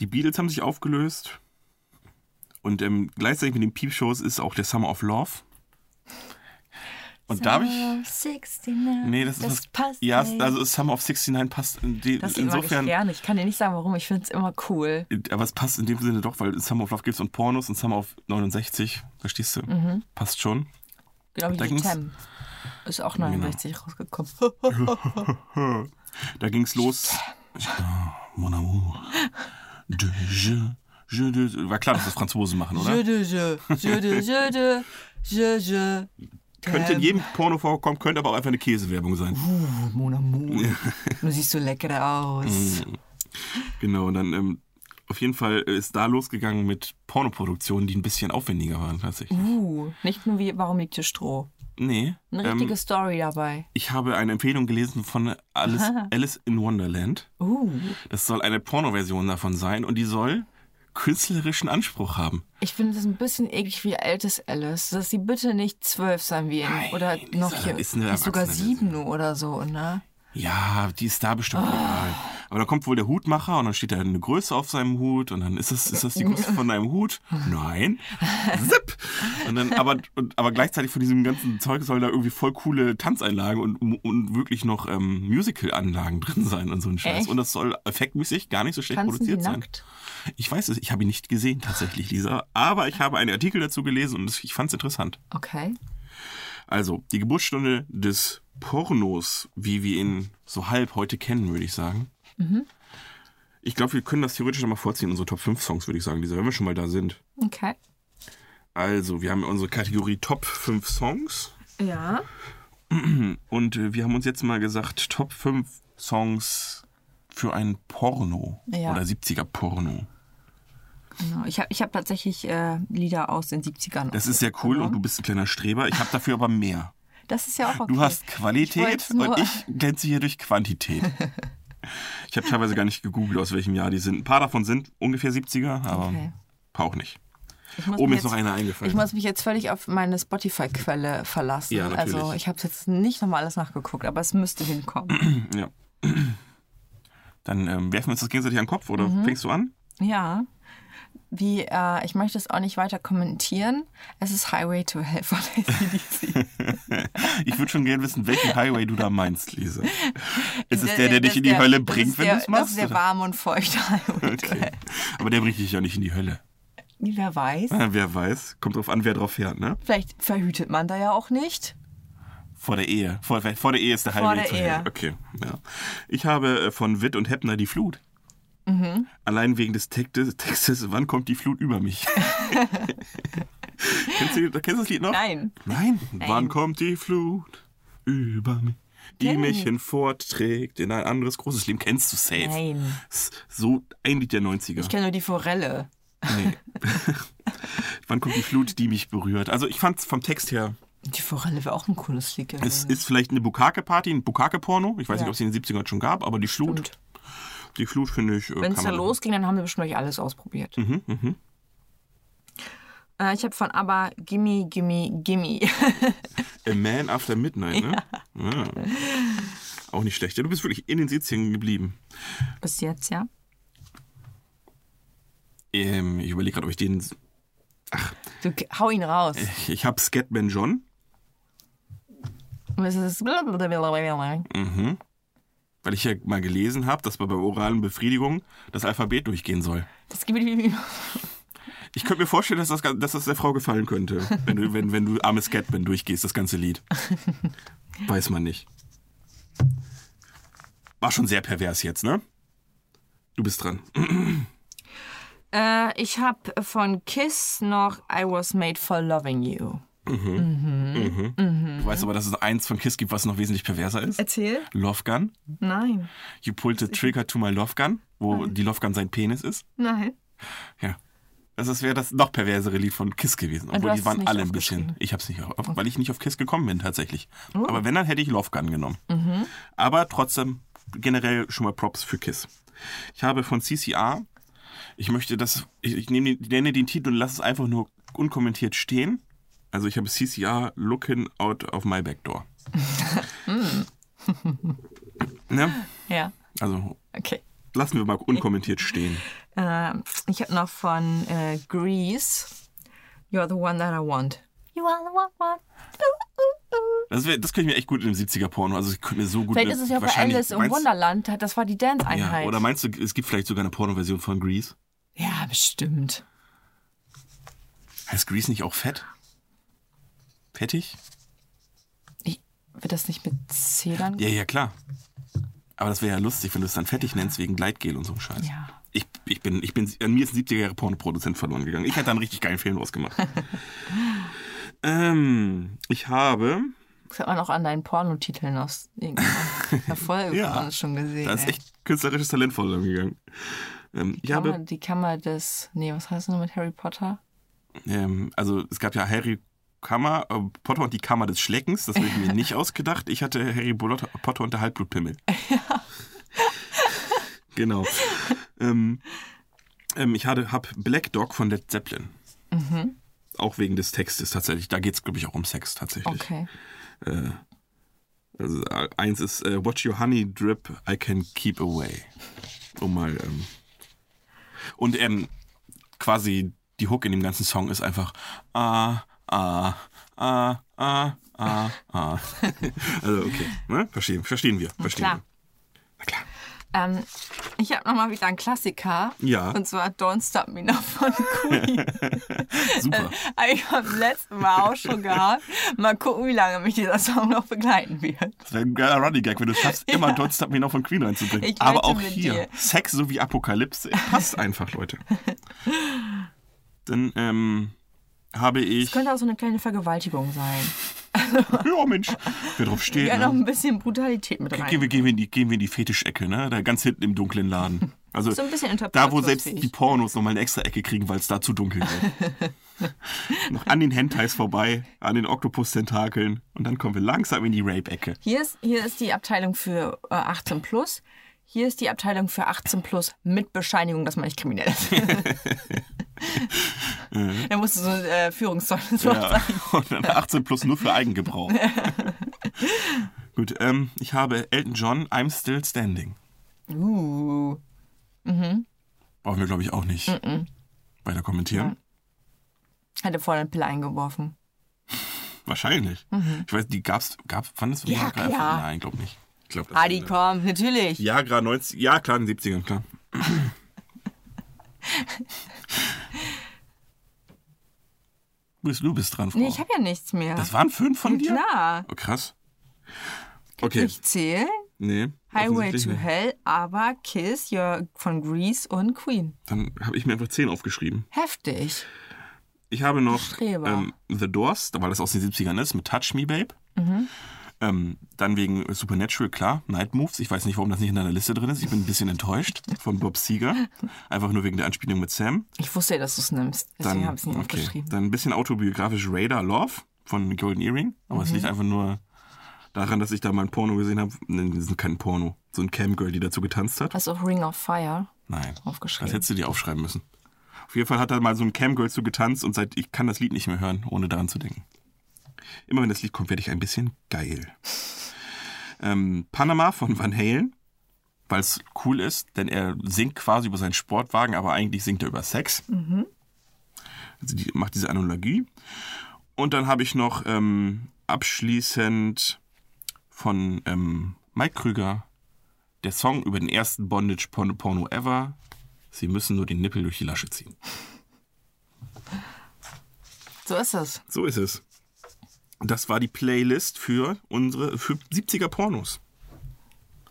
[SPEAKER 1] Die Beatles haben sich aufgelöst und ähm, gleichzeitig mit den Peep-Shows ist auch der Summer of Love. Und da habe ich.
[SPEAKER 2] 69.
[SPEAKER 1] Nee, das, ist was, Ja, also Summer of 69 passt in de,
[SPEAKER 2] das Lied mag
[SPEAKER 1] insofern. äh,
[SPEAKER 2] ich gerne. Ich kann dir nicht sagen, warum. Ich finde es immer cool.
[SPEAKER 1] Aber es passt in dem Sinne doch, weil Summer of Love gibt's und Pornos und Summer of 69, verstehst du? Passt schon.
[SPEAKER 2] Genau wie
[SPEAKER 1] Da
[SPEAKER 2] die
[SPEAKER 1] ging's-
[SPEAKER 2] Tem. Ist auch 69 rausgekommen.
[SPEAKER 1] Da ging's los. Ah, Mon amour. De je, je de, war klar, dass das Franzosen machen, <laughs> oder?
[SPEAKER 2] Je, de, je, je, de, je, de, je, je.
[SPEAKER 1] Könnte in
[SPEAKER 2] Ähm.
[SPEAKER 1] jedem Porno vorkommen, könnte aber auch einfach eine Käsewerbung sein.
[SPEAKER 2] Uh, Mon amour. Du siehst so lecker
[SPEAKER 1] Mhm.
[SPEAKER 2] aus.
[SPEAKER 1] Genau, und dann ähm, auf jeden Fall ist da losgegangen mit Pornoproduktionen, die ein bisschen aufwendiger waren tatsächlich.
[SPEAKER 2] Uh, nicht nur wie, warum liegt hier Stroh?
[SPEAKER 1] Nee. ähm,
[SPEAKER 2] Eine richtige Story dabei.
[SPEAKER 1] ich habe eine Empfehlung gelesen von
[SPEAKER 2] <laughs>
[SPEAKER 1] Alice, Alice in Wonderland.
[SPEAKER 2] Uh,
[SPEAKER 1] Das soll eine Pornoversion davon sein und die soll künstlerischen Anspruch haben.
[SPEAKER 2] ich finde das ein bisschen eklig wie altes Alice, dass sie bitte nicht zwölf sein wie in,
[SPEAKER 1] Nein,
[SPEAKER 2] oder
[SPEAKER 1] die
[SPEAKER 2] noch
[SPEAKER 1] soll-
[SPEAKER 2] hier,
[SPEAKER 1] ist eine
[SPEAKER 2] sogar
[SPEAKER 1] Erwachsene.
[SPEAKER 2] sieben nur oder so, ne?
[SPEAKER 1] Ja, die ist da
[SPEAKER 2] Ah.
[SPEAKER 1] bestimmt legal. Aber da kommt wohl der Hutmacher und dann steht da eine Größe auf seinem Hut und dann ist das, ist das die Größe von deinem Hut?
[SPEAKER 2] <laughs>
[SPEAKER 1] Nein. Zip! Und dann, aber, und, aber gleichzeitig von diesem ganzen Zeug sollen da irgendwie voll coole Tanzeinlagen und, und wirklich noch ähm, Musical-Anlagen drin sein und so ein Scheiß.
[SPEAKER 2] Echt?
[SPEAKER 1] Und das soll effektmäßig gar nicht so schlecht
[SPEAKER 2] Tanzen die
[SPEAKER 1] produziert sein.
[SPEAKER 2] nackt?
[SPEAKER 1] Ich weiß es, ich habe ihn nicht gesehen tatsächlich, Lisa. Aber ich habe einen Artikel dazu gelesen und ich fand es interessant.
[SPEAKER 2] Okay.
[SPEAKER 1] Also, die Geburtsstunde des Pornos, wie wir ihn so halb heute kennen, würde ich sagen. Ich glaube, wir können das theoretisch nochmal vorziehen, unsere Top 5 Songs, würde ich sagen, Lisa, wenn wir schon mal da sind.
[SPEAKER 2] Okay.
[SPEAKER 1] Also, wir haben unsere Kategorie Top 5 Songs
[SPEAKER 2] Ja.
[SPEAKER 1] und äh, wir haben uns jetzt mal gesagt, Top 5 Songs für ein Porno
[SPEAKER 2] Ja.
[SPEAKER 1] oder 70er Porno.
[SPEAKER 2] Genau. Ich habe ich hab tatsächlich äh, Lieder aus den 70ern.
[SPEAKER 1] Das ist sehr cool
[SPEAKER 2] Genau.
[SPEAKER 1] und du bist ein kleiner Streber. Ich habe dafür aber mehr.
[SPEAKER 2] Das ist ja auch okay.
[SPEAKER 1] Du hast
[SPEAKER 2] Ich
[SPEAKER 1] Qualität
[SPEAKER 2] wollt's nur-
[SPEAKER 1] und ich glänze hier durch Quantität.
[SPEAKER 2] <laughs>
[SPEAKER 1] Ich habe teilweise gar nicht gegoogelt, aus welchem Jahr die sind. Ein paar davon sind ungefähr 70er, aber
[SPEAKER 2] Okay.
[SPEAKER 1] ein paar auch nicht.
[SPEAKER 2] Ich muss
[SPEAKER 1] Oh, mir
[SPEAKER 2] mich
[SPEAKER 1] ist noch einer eingefallen.
[SPEAKER 2] Ich muss mich jetzt völlig auf meine Spotify-Quelle verlassen.
[SPEAKER 1] Ja, natürlich.
[SPEAKER 2] Also ich habe jetzt nicht nochmal alles nachgeguckt, aber es müsste hinkommen.
[SPEAKER 1] Ja. <clears throat> Dann ähm, werfen wir uns das gegenseitig an den Kopf oder
[SPEAKER 2] Mhm.
[SPEAKER 1] fängst du an? <laughs>
[SPEAKER 2] ja. Wie, äh, ich möchte es auch nicht weiter kommentieren. Es ist Highway to Hell von
[SPEAKER 1] <laughs>
[SPEAKER 2] ACDC.
[SPEAKER 1] Ich würde schon gerne wissen, welchen Highway du da meinst, Lisa.
[SPEAKER 2] <laughs>
[SPEAKER 1] Ist es der, der
[SPEAKER 2] Das
[SPEAKER 1] dich in
[SPEAKER 2] ist
[SPEAKER 1] die
[SPEAKER 2] der-
[SPEAKER 1] Hölle
[SPEAKER 2] das ist
[SPEAKER 1] bringt, wenn
[SPEAKER 2] der-
[SPEAKER 1] du es
[SPEAKER 2] Das ist
[SPEAKER 1] machst?
[SPEAKER 2] der
[SPEAKER 1] oder?
[SPEAKER 2] warme und feuchte Highway
[SPEAKER 1] <laughs>
[SPEAKER 2] to
[SPEAKER 1] Okay.
[SPEAKER 2] Hell.
[SPEAKER 1] Aber der bringt dich ja nicht in die Hölle. <laughs>
[SPEAKER 2] Wer weiß.
[SPEAKER 1] Ah, wer weiß. Kommt drauf an, wer drauf fährt, ne?
[SPEAKER 2] Vielleicht verhütet man da ja auch nicht.
[SPEAKER 1] Vor der Ehe. Vor, vor der Ehe ist der
[SPEAKER 2] Vor
[SPEAKER 1] Highway
[SPEAKER 2] der
[SPEAKER 1] zu Hell.
[SPEAKER 2] Ehe.
[SPEAKER 1] Okay, ja. Ich habe äh, von Witt und Heppner die Flut.
[SPEAKER 2] Mhm.
[SPEAKER 1] Allein wegen des Textes, Textes, wann kommt die Flut über
[SPEAKER 2] <laughs>
[SPEAKER 1] mich? kennst, du, kennst du das Lied noch?
[SPEAKER 2] Nein.
[SPEAKER 1] Nein. Wann kommt die Flut über mich? Die
[SPEAKER 2] Kenn
[SPEAKER 1] mich
[SPEAKER 2] ich.
[SPEAKER 1] hinfortträgt in ein anderes großes Leben. Kennst du safe?
[SPEAKER 2] Nein.
[SPEAKER 1] S- So ein Lied der 90er.
[SPEAKER 2] Ich kenne nur die Forelle.
[SPEAKER 1] nee. <laughs> wann kommt die Flut, die mich berührt? Also ich fand es vom Text her
[SPEAKER 2] Die Forelle wäre auch ein cooles Lied gewesen.
[SPEAKER 1] Es ist vielleicht eine Bukake-Party, ein Bukake-Porno. Ich weiß
[SPEAKER 2] Mhm.
[SPEAKER 1] nicht,
[SPEAKER 2] Ja.
[SPEAKER 1] ob es die in den 70ern schon gab, aber die Flut,
[SPEAKER 2] Stimmt.
[SPEAKER 1] die Flut finde ich. äh,
[SPEAKER 2] Wenn es
[SPEAKER 1] kann
[SPEAKER 2] da
[SPEAKER 1] man- Mhm,
[SPEAKER 2] losging, dann haben wir bestimmt gleich alles ausprobiert. Äh, ich habe von ABBA Gimme, Gimme, Gimme. <laughs>
[SPEAKER 1] A Man After Midnight, ne? Ja. Auch nicht schlecht. Ja, du bist wirklich in den 70ern geblieben.
[SPEAKER 2] Bis jetzt, ja.
[SPEAKER 1] Ähm, ich überlege gerade, ob ich den.
[SPEAKER 2] Du, k- hau ihn raus.
[SPEAKER 1] Ich habe Scatman John.
[SPEAKER 2] Und es ist Nein,
[SPEAKER 1] Weil ich ja mal gelesen habe, dass man bei oralen Befriedigung das Alphabet durchgehen soll.
[SPEAKER 2] Das gibt mir
[SPEAKER 1] Ich könnte mir vorstellen, dass das, ga- dass das der Frau gefallen könnte, wenn du, wenn, wenn du arme Scatman durchgehst, das ganze Lied. Weiß man nicht. War schon sehr pervers jetzt, ne? Du bist dran.
[SPEAKER 2] äh, Ich habe von Kiss noch I Was Made for Loving You.
[SPEAKER 1] Du weißt aber, dass es eins von Kiss gibt, was noch wesentlich perverser ist.
[SPEAKER 2] Erzähl?
[SPEAKER 1] Love Gun.
[SPEAKER 2] Nein.
[SPEAKER 1] You pulled the trigger to my Love Gun, wo die Love Gun sein Penis ist.
[SPEAKER 2] Nein.
[SPEAKER 1] Ja. Das ist- wäre das noch perversere Lied von Kiss gewesen.
[SPEAKER 2] du
[SPEAKER 1] Obwohl
[SPEAKER 2] hast
[SPEAKER 1] die
[SPEAKER 2] es
[SPEAKER 1] waren
[SPEAKER 2] nicht
[SPEAKER 1] alle ein bisschen. Ich hab's nicht auf, weil ich nicht auf Kiss gekommen bin tatsächlich.
[SPEAKER 2] Oh.
[SPEAKER 1] Aber wenn, dann hätte ich Love Gun genommen.
[SPEAKER 2] Mhm.
[SPEAKER 1] Aber trotzdem generell schon mal Props für Kiss. Ich habe von CCR, ich möchte das, ich, ich nehme, den- nenne den Titel und lasse es einfach nur unkommentiert stehen. Also ich habe CCR Looking Out of My
[SPEAKER 2] <laughs>
[SPEAKER 1] Backdoor.
[SPEAKER 2] Hm.
[SPEAKER 1] ne?
[SPEAKER 2] Ja,
[SPEAKER 1] Also
[SPEAKER 2] okay.
[SPEAKER 1] lassen wir mal unkommentiert stehen.
[SPEAKER 2] Ähm, ich habe noch von äh, Grease You're the one that I want. You are the one, one. Ooh, ooh, ooh.
[SPEAKER 1] Das, wär, das könnte ich mir echt gut in einem 70er-Porno. Also ich könnte mir so gut
[SPEAKER 2] Vielleicht ist es ja bei
[SPEAKER 1] wahrscheinlich-
[SPEAKER 2] Alice im
[SPEAKER 1] meinst-
[SPEAKER 2] Wunderland, das war die Dance-Einheit.
[SPEAKER 1] Ja, oder meinst du, es gibt vielleicht sogar eine Porno-Version von Grease?
[SPEAKER 2] Ja, bestimmt.
[SPEAKER 1] Heißt Grease nicht auch fett? Fettig?
[SPEAKER 2] Ich, wird das nicht mit Zählern?
[SPEAKER 1] Ja, ja, klar. Aber das wäre ja lustig, wenn du es dann fertig nennst wegen Gleitgel und so einem Scheiß.
[SPEAKER 2] Ja.
[SPEAKER 1] Ich, ich bin, ich bin, an mir ist ein 70er Jahre Pornoproduzent verloren gegangen. Ich hätte da einen richtig geilen Film draus
[SPEAKER 2] <laughs>
[SPEAKER 1] gemacht. ähm, ich habe,
[SPEAKER 2] Das hat man auch an deinen Pornotiteln aus
[SPEAKER 1] <laughs>
[SPEAKER 2] irgendeiner Folge
[SPEAKER 1] Ja.
[SPEAKER 2] von uns schon gesehen.
[SPEAKER 1] da ist
[SPEAKER 2] ey.
[SPEAKER 1] echt künstlerisches Talent verloren gegangen. Ähm, ich
[SPEAKER 2] Kammer,
[SPEAKER 1] habe,
[SPEAKER 2] die Kammer des. Nee, was heißt das noch mit Harry Potter?
[SPEAKER 1] ähm, also es gab ja Harry Kammer, äh, Potter und die Kammer des Schleckens, das habe ich mir nicht ausgedacht. Ich hatte Harry Bolot- Potter und der Halbblutpimmel. genau. Ähm, ähm, ich hatte, hab Black Dog von Led Zeppelin. Auch wegen des Textes tatsächlich. Da geht es, glaube ich, auch um Sex tatsächlich.
[SPEAKER 2] Okay.
[SPEAKER 1] Also, äh, eins ist äh, Watch Your Honey Drip, I Can Keep Away. Um mal. Ähm, und ähm, quasi die Hook in dem ganzen Song ist einfach. Ah, ah, ah, ah, ah, ah. <laughs> also, okay. Ne? Verstehen, verstehen wir. Verstehen
[SPEAKER 2] klar.
[SPEAKER 1] wir. Na klar.
[SPEAKER 2] Ähm, ich habe nochmal wieder einen Klassiker.
[SPEAKER 1] Ja.
[SPEAKER 2] Und zwar Don't Stop Me Now von Queen. äh,
[SPEAKER 1] Super.
[SPEAKER 2] ich habe letzten Mal auch schon gehabt. Mal gucken, wie lange mich dieser Song noch begleiten wird.
[SPEAKER 1] Das wäre ein geiler Running Gag, wenn du es
[SPEAKER 2] <laughs>
[SPEAKER 1] schaffst, immer Don't Stop Me Now von Queen reinzubringen.
[SPEAKER 2] Ich
[SPEAKER 1] Aber
[SPEAKER 2] wette
[SPEAKER 1] auch
[SPEAKER 2] mit
[SPEAKER 1] hier,
[SPEAKER 2] dir.
[SPEAKER 1] Sex sowie Apokalypse, passt einfach,
[SPEAKER 2] <laughs>
[SPEAKER 1] Leute. Dann ähm, habe ich...
[SPEAKER 2] Das könnte auch so eine kleine Vergewaltigung sein.
[SPEAKER 1] Ja, Mensch, wer drauf steht.
[SPEAKER 2] Ja, noch
[SPEAKER 1] ne?
[SPEAKER 2] ein bisschen Brutalität mit
[SPEAKER 1] Gehen,
[SPEAKER 2] rein.
[SPEAKER 1] wir, gehen, wir in die, gehen wir in die Fetischecke, ne? Da ganz hinten im dunklen Laden. Also
[SPEAKER 2] So ein bisschen
[SPEAKER 1] da, wo selbst
[SPEAKER 2] interpretationsfähig.
[SPEAKER 1] die Pornos nochmal eine extra Ecke kriegen, weil es da zu dunkel wird.
[SPEAKER 2] <laughs>
[SPEAKER 1] noch an den Hentais vorbei, an den Oktopus-Tentakeln und dann kommen wir langsam in die Rape-Ecke.
[SPEAKER 2] Hier ist, hier ist die Abteilung für äh, 18 plus. Hier ist die Abteilung für 18 plus mit Bescheinigung, dass man nicht kriminell
[SPEAKER 1] <laughs>
[SPEAKER 2] ist. da musst du so ein äh, Führungszeugnis
[SPEAKER 1] Ja. Und dann 18 plus nur für
[SPEAKER 2] <laughs>
[SPEAKER 1] Eigengebrauch. Gut, ähm, ich habe Elton John, I'm Still Standing.
[SPEAKER 2] Uh,
[SPEAKER 1] Brauchen wir, glaube ich, auch nicht weiter kommentieren.
[SPEAKER 2] hatte vorne eine Pille eingeworfen.
[SPEAKER 1] Wahrscheinlich. Ich weiß, die gab's, gab, wann ist
[SPEAKER 2] Mhm. Ja,
[SPEAKER 1] Viagra?
[SPEAKER 2] klar.
[SPEAKER 1] Nein, glaub nicht. Ich glaub, das
[SPEAKER 2] Adi,
[SPEAKER 1] war-
[SPEAKER 2] komm, natürlich.
[SPEAKER 1] Viagra 90, ja klar, in den 70ern, klar.
[SPEAKER 2] <laughs>
[SPEAKER 1] du, bist, du bist dran, Frau.
[SPEAKER 2] Nee, ich habe ja nichts mehr.
[SPEAKER 1] das waren fünf von dir?
[SPEAKER 2] Klar.
[SPEAKER 1] Oh, krass. Okay,
[SPEAKER 2] Ich zähle
[SPEAKER 1] nee.
[SPEAKER 2] Highway
[SPEAKER 1] offensichtlich
[SPEAKER 2] to
[SPEAKER 1] nicht.
[SPEAKER 2] Hell, aber Kiss Your, von Grease und Queen.
[SPEAKER 1] Dann habe ich mir einfach zehn aufgeschrieben.
[SPEAKER 2] Heftig.
[SPEAKER 1] Ich habe noch
[SPEAKER 2] Streber.
[SPEAKER 1] ähm, The Doors, weil das aus den 70ern ist, mit Touch Me Babe.
[SPEAKER 2] Mhm.
[SPEAKER 1] Ähm, dann wegen Supernatural, klar, Night Moves. Ich weiß nicht, warum das nicht in deiner Liste drin ist. Ich bin ein bisschen enttäuscht von Bob
[SPEAKER 2] <laughs>
[SPEAKER 1] Seger. Einfach nur wegen der Anspielung mit Sam.
[SPEAKER 2] Ich wusste ja, dass du es nimmst. Deswegen
[SPEAKER 1] Dann,
[SPEAKER 2] habe ich es nicht aufgeschrieben.
[SPEAKER 1] dann ein bisschen autobiografisch Radar Love von Golden Earring. Aber
[SPEAKER 2] Mhm.
[SPEAKER 1] es liegt einfach nur daran, dass ich da mal ein Porno gesehen habe. Nein, das ist kein Porno. So ein Camgirl, die dazu getanzt hat.
[SPEAKER 2] Hast du auch Ring of Fire
[SPEAKER 1] Nein. Das
[SPEAKER 2] aufgeschrieben?
[SPEAKER 1] hättest du dir aufschreiben müssen. Auf jeden Fall hat da mal so ein Camgirl zu getanzt und seit ich kann das Lied nicht mehr hören, ohne daran zu denken. Immer wenn das Lied kommt, werde ich ein bisschen geil. Ähm, Panama von Van Halen, weil es cool ist, denn er singt quasi über seinen Sportwagen, aber eigentlich singt er über Sex. Also die, macht diese Analogie. Und dann habe ich noch ähm, abschließend von ähm, Mike Krüger der Song über den ersten Bondage-Porno ever, Sie müssen nur den Nippel durch die Lasche ziehen.
[SPEAKER 2] So ist es.
[SPEAKER 1] So ist es. Das war die Playlist für unsere für 70er Pornos.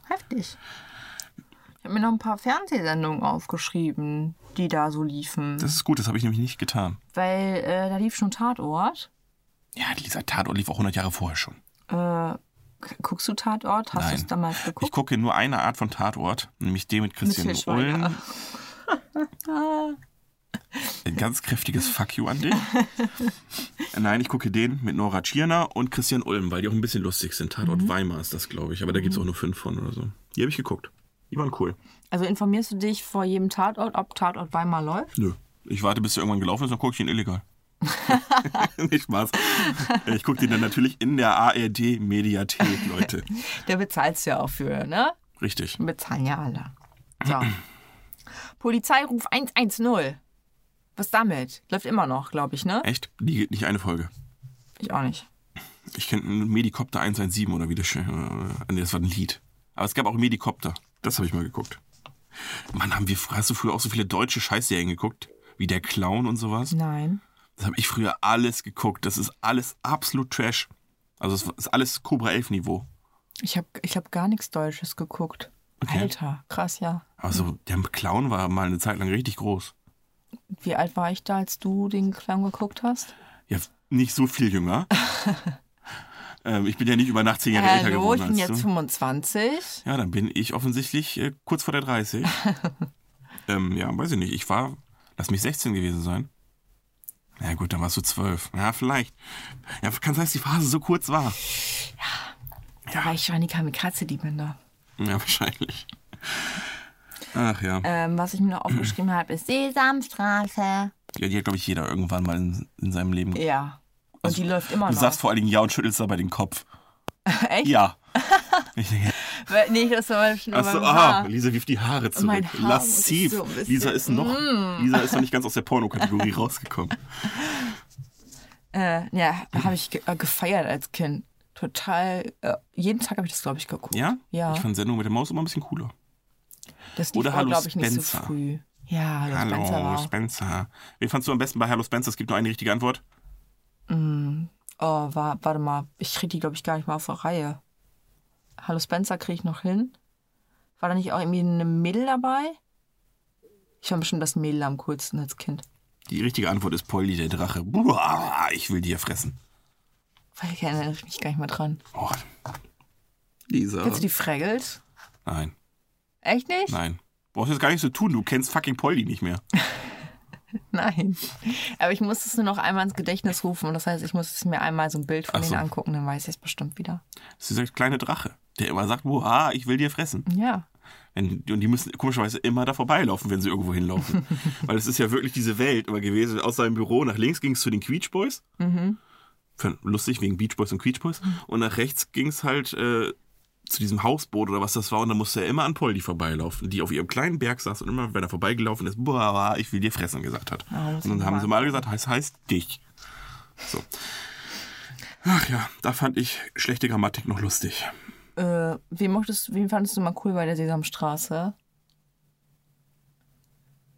[SPEAKER 2] Heftig. Ich habe mir noch ein paar Fernsehsendungen aufgeschrieben, die da so liefen.
[SPEAKER 1] Das ist gut, das habe ich nämlich nicht getan.
[SPEAKER 2] Weil äh, da lief schon Tatort.
[SPEAKER 1] Ja, dieser Tatort lief auch 100 Jahre vorher schon.
[SPEAKER 2] Äh, k- guckst du Tatort? Hast du es
[SPEAKER 1] Nein.
[SPEAKER 2] damals
[SPEAKER 1] Ich
[SPEAKER 2] geguckt?
[SPEAKER 1] gucke nur eine Art von Tatort, nämlich den mit
[SPEAKER 2] Mit
[SPEAKER 1] Christian
[SPEAKER 2] Til Schweiger.
[SPEAKER 1] Ulm. <laughs> Ein ganz kräftiges Fuck you an dich. Nein, ich gucke den mit Nora Tschirner und Christian Ulm, weil die auch ein bisschen lustig sind. Tatort Weimar ist das, glaube ich. Aber da gibt es auch nur fünf von oder so. Die habe ich geguckt. Die waren cool.
[SPEAKER 2] Also informierst du dich vor jedem Tatort, ob Tatort Weimar läuft?
[SPEAKER 1] Nö. Ich warte, bis er irgendwann gelaufen ist, dann gucke ich ihn illegal. <laughs> Nicht Spaß. Ich gucke den dann natürlich in der ARD-Mediathek, <laughs> Leute.
[SPEAKER 2] Der bezahlst du ja auch für, ne?
[SPEAKER 1] Richtig.
[SPEAKER 2] Bezahlen ja alle. <clears throat> So. Polizeiruf 110. Was damit? Läuft immer noch, glaube ich, ne?
[SPEAKER 1] Echt? Die geht nicht eine Folge.
[SPEAKER 2] Ich auch nicht.
[SPEAKER 1] Ich kenne Medikopter 117 oder wie das schön. äh, Nee, das war ein Lied. Aber es gab auch Medikopter. Das habe ich mal geguckt. Mann, haben wir, hast du früher auch so viele deutsche Scheißserien geguckt? Wie der Clown und sowas?
[SPEAKER 2] Nein.
[SPEAKER 1] Das habe ich früher alles geguckt. Das ist alles absolut Trash. Also es ist alles Cobra 11 Niveau.
[SPEAKER 2] Ich habe ich hab gar nichts Deutsches geguckt.
[SPEAKER 1] Okay.
[SPEAKER 2] Alter, krass, ja.
[SPEAKER 1] Also der Clown war mal eine Zeit lang richtig groß.
[SPEAKER 2] Wie alt war ich da, als du den Clown geguckt hast?
[SPEAKER 1] Ja, nicht so viel
[SPEAKER 2] <laughs>
[SPEAKER 1] jünger. ähm, ich bin ja nicht über Nacht zehn Jahre älter
[SPEAKER 2] Hallo,
[SPEAKER 1] geworden
[SPEAKER 2] ich bin
[SPEAKER 1] als
[SPEAKER 2] jetzt
[SPEAKER 1] du.
[SPEAKER 2] 25.
[SPEAKER 1] Ja, dann bin ich offensichtlich äh, kurz vor der
[SPEAKER 2] <laughs>
[SPEAKER 1] 30. ähm, ja, weiß ich nicht. Ich war, lass mich 16 gewesen sein. Na gut, dann warst du 12. Ja, vielleicht. Ja, kann sein, dass die Phase so kurz war.
[SPEAKER 2] Da war ich schon die Kamikaze, die Binder.
[SPEAKER 1] Ja, <laughs> wahrscheinlich. Ach ja.
[SPEAKER 2] Ähm, was ich
[SPEAKER 1] <clears throat>
[SPEAKER 2] mir noch aufgeschrieben habe, ist Sesamstraße.
[SPEAKER 1] Ja, die hat, glaube ich, jeder irgendwann mal in, in seinem Leben.
[SPEAKER 2] Ja. Und
[SPEAKER 1] Also,
[SPEAKER 2] die läuft immer
[SPEAKER 1] Du
[SPEAKER 2] noch.
[SPEAKER 1] sagst vor allen Dingen ja und schüttelst dabei den Kopf.
[SPEAKER 2] <laughs> Echt? <laughs>
[SPEAKER 1] Ja. Ich denke,
[SPEAKER 2] Weil- Äh, Nee, das war schon
[SPEAKER 1] achso,
[SPEAKER 2] über mein Haar.
[SPEAKER 1] aha, Lisa wirft die Haare zurück.
[SPEAKER 2] Mein Haar
[SPEAKER 1] Lassiv.
[SPEAKER 2] ist so ein bisschen- Mm.
[SPEAKER 1] Lisa ist noch, Lisa ist noch nicht ganz aus der
[SPEAKER 2] <laughs>
[SPEAKER 1] Pornokategorie rausgekommen.
[SPEAKER 2] Äh, ja, habe ich ge äh, gefeiert als Kind. Total. Äh, jeden Tag habe ich das, glaube ich, geguckt.
[SPEAKER 1] Ja?
[SPEAKER 2] Ja.
[SPEAKER 1] Ich fand Sendung mit der Maus immer ein bisschen cooler.
[SPEAKER 2] Das lief
[SPEAKER 1] Oder
[SPEAKER 2] aber,
[SPEAKER 1] Hallo
[SPEAKER 2] glaube ich, nicht so
[SPEAKER 1] Spencer.
[SPEAKER 2] früh. Ja, Hallo,
[SPEAKER 1] Hallo,
[SPEAKER 2] Spencer war.
[SPEAKER 1] Spencer. Wen fandst du am besten bei Hallo Spencer? Es gibt nur eine richtige Antwort.
[SPEAKER 2] Oh, war, warte mal. Ich kriege die, glaube ich, gar nicht mal auf der Reihe. Hallo Spencer kriege ich noch hin. War da nicht auch irgendwie eine Mädel dabei? Ich fand bestimmt das Mädel am coolsten als Kind.
[SPEAKER 1] Die richtige Antwort ist Polly der Drache. Buah, ich will dir fressen.
[SPEAKER 2] Weil ich erinnere mich gar nicht mehr dran.
[SPEAKER 1] Oh. Lisa.
[SPEAKER 2] Kennst du die Fraggles?
[SPEAKER 1] Nein,
[SPEAKER 2] Echt nicht?
[SPEAKER 1] nein. Brauchst jetzt gar nichts zu tun. Du kennst fucking Polly nicht mehr.
[SPEAKER 2] Nein. Aber ich muss es nur noch einmal ins Gedächtnis rufen. Und das heißt, ich muss es mir einmal so ein Bild von
[SPEAKER 1] Ach so.
[SPEAKER 2] denen angucken, dann weiß ich es bestimmt wieder.
[SPEAKER 1] Das ist dieser kleine Drache, der immer sagt, Buah, ich will dir fressen.
[SPEAKER 2] Ja.
[SPEAKER 1] Wenn, und die müssen komischerweise immer da vorbeilaufen, wenn sie irgendwo hinlaufen. Weil es ist ja wirklich diese Welt immer gewesen. Aus seinem Büro nach links ging es zu den Queech Boys. Fand Lustig, wegen Beach Boys und Queech Boys. Und nach rechts ging es halt äh, zu diesem Hausboot oder was das war. Und da musste er immer an Poldi vorbeilaufen, die auf ihrem kleinen Berg saß und immer, wenn er vorbeigelaufen ist, boah, ich will dir fressen gesagt hat.
[SPEAKER 2] muss
[SPEAKER 1] und dann
[SPEAKER 2] ich
[SPEAKER 1] haben
[SPEAKER 2] mal
[SPEAKER 1] sie mal alle gesagt, heißt heißt dich. So. Ach ja, da fand ich schlechte Grammatik noch lustig.
[SPEAKER 2] Äh, wen, mochtest, wen fandest du mal cool bei der Sesamstraße?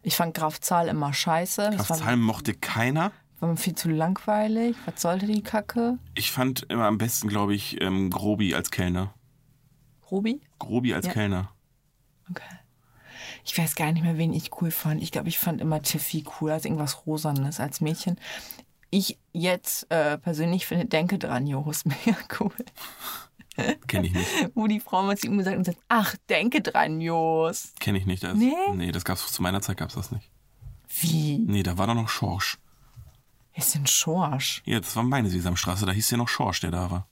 [SPEAKER 2] Ich fand Graf Zahl immer scheiße. Das
[SPEAKER 1] Auf
[SPEAKER 2] war,
[SPEAKER 1] Zahlen mochte keiner.
[SPEAKER 2] war mir viel zu langweilig. Was sollte die Kacke?
[SPEAKER 1] Ich fand immer am besten, glaube ich, ähm, Grobi als Kellner.
[SPEAKER 2] Robi?
[SPEAKER 1] Grobi als
[SPEAKER 2] Ja.
[SPEAKER 1] Kellner.
[SPEAKER 2] Okay. Ich weiß gar nicht mehr, wen ich cool fand. Ich glaube, ich fand immer Tiffy cool als irgendwas Rosanes, als Mädchen. Ich jetzt äh, persönlich finde, denke dran, Jo, ist mega cool. <laughs>
[SPEAKER 1] Kenne ich nicht.
[SPEAKER 2] wo die Frau mal zu ihm gesagt und sagt, ach, denke dran, Jos.
[SPEAKER 1] Kenne ich nicht. Das,
[SPEAKER 2] Nee?
[SPEAKER 1] Nee, das gab's zu meiner Zeit gab's das nicht.
[SPEAKER 2] Wie?
[SPEAKER 1] Nee, da war doch noch Schorsch.
[SPEAKER 2] Ist denn Schorsch?
[SPEAKER 1] Ja, das war meine Sesamstraße. Da hieß ja noch Schorsch, der da war.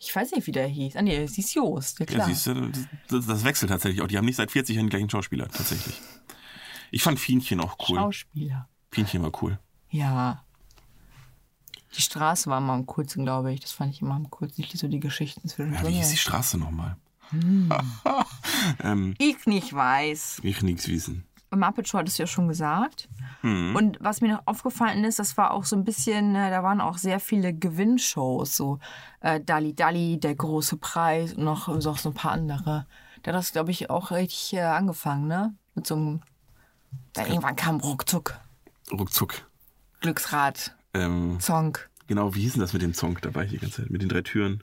[SPEAKER 2] Ich weiß nicht, wie der hieß. Ah, nee, sie ist Jost, ja
[SPEAKER 1] Ja,
[SPEAKER 2] klar.
[SPEAKER 1] siehst du, das, das wechselt tatsächlich auch. Die haben nicht seit 40 Jahren den gleichen Schauspieler, tatsächlich. Ich fand Fienchen auch cool.
[SPEAKER 2] Schauspieler.
[SPEAKER 1] Fienchen war cool.
[SPEAKER 2] Ja. Die Straße war immer am coolsten, glaube ich. Das fand ich immer am coolsten. Ich liebe so die Geschichten
[SPEAKER 1] Ja, wie
[SPEAKER 2] zwischendrin.
[SPEAKER 1] hieß die Straße nochmal?
[SPEAKER 2] Hm.
[SPEAKER 1] <laughs> ähm,
[SPEAKER 2] ich nicht weiß.
[SPEAKER 1] ich nix wissen.
[SPEAKER 2] Muppet Show hattest du ja schon gesagt. Und was mir noch aufgefallen ist, das war auch so ein bisschen, äh, da waren auch sehr viele Gewinnshows, so äh, Dali Dali, der große Preis und noch, so, so ein paar andere. Da hat das, glaube ich, auch richtig äh, angefangen, ne? Mit so einem, dann irgendwann kam ruckzuck,
[SPEAKER 1] Ruckzuck.
[SPEAKER 2] Glücksrad,
[SPEAKER 1] Ähm,
[SPEAKER 2] Song.
[SPEAKER 1] genau, wie hieß denn das mit dem Song dabei hier die ganze Zeit? Mit den drei Türen?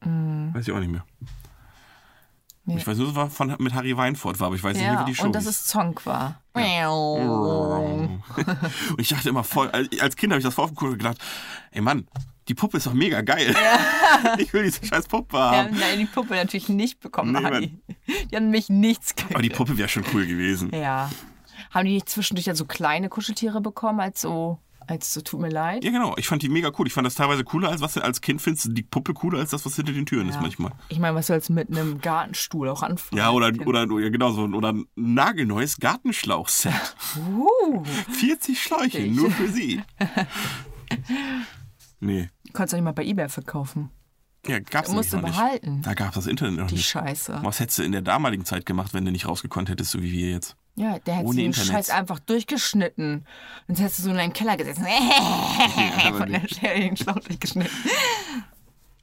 [SPEAKER 1] Weiß ich auch nicht mehr.
[SPEAKER 2] Mm. Nee.
[SPEAKER 1] Ich weiß nur, es war von, mit Harry Weinfurt war, aber ich weiß nicht
[SPEAKER 2] Ja,
[SPEAKER 1] mehr, wie die Show
[SPEAKER 2] und dass
[SPEAKER 1] hieß.
[SPEAKER 2] es Song war.
[SPEAKER 1] <laughs> und ich dachte immer voll, als als Kind habe ich das vor Kuchen gedacht, ey Mann, die Puppe ist doch mega geil. <laughs> Ich will diese scheiß Puppe
[SPEAKER 2] Wir
[SPEAKER 1] haben.
[SPEAKER 2] haben nein, die Puppe natürlich nicht bekommen,
[SPEAKER 1] Nee,
[SPEAKER 2] Harry. Die haben mich nichts gekriegt.
[SPEAKER 1] Aber die Puppe wäre schon cool gewesen.
[SPEAKER 2] Ja. Haben die nicht zwischendurch dann so kleine Kuscheltiere bekommen, als so, als so tut mir leid?
[SPEAKER 1] Ja, genau. Ich fand die mega cool. Ich fand das teilweise cooler, als was du als Kind findest, du die Puppe cooler als das, was hinter den Türen ist manchmal.
[SPEAKER 2] Ich meine, was sollst du mit einem Gartenstuhl auch anfangen?
[SPEAKER 1] Ja, oder, oder ja, genau so. ein- Oder ein nagelneues Gartenschlauchset.
[SPEAKER 2] Uh,
[SPEAKER 1] 40 Schläuche,
[SPEAKER 2] Richtig.
[SPEAKER 1] nur für sie. Nee.
[SPEAKER 2] konntest du nicht mal bei Ebay verkaufen.
[SPEAKER 1] Ja, gab's
[SPEAKER 2] Musst
[SPEAKER 1] nämlich
[SPEAKER 2] du
[SPEAKER 1] noch
[SPEAKER 2] behalten.
[SPEAKER 1] Nicht. Da gab's das Internet noch
[SPEAKER 2] Die
[SPEAKER 1] nicht.
[SPEAKER 2] Scheiße.
[SPEAKER 1] Was hättest du in der damaligen Zeit gemacht, wenn du nicht rausgekonnt hättest, so wie wir jetzt?
[SPEAKER 2] Ja, der hätte
[SPEAKER 1] Ohne
[SPEAKER 2] den
[SPEAKER 1] Internet.
[SPEAKER 2] Scheiß einfach durchgeschnitten. Sonst hättest du so in deinem
[SPEAKER 1] <laughs>
[SPEAKER 2] Keller gesessen.
[SPEAKER 1] aber
[SPEAKER 2] Von der Stelle den Schlauch durchgeschnitten.
[SPEAKER 1] <laughs>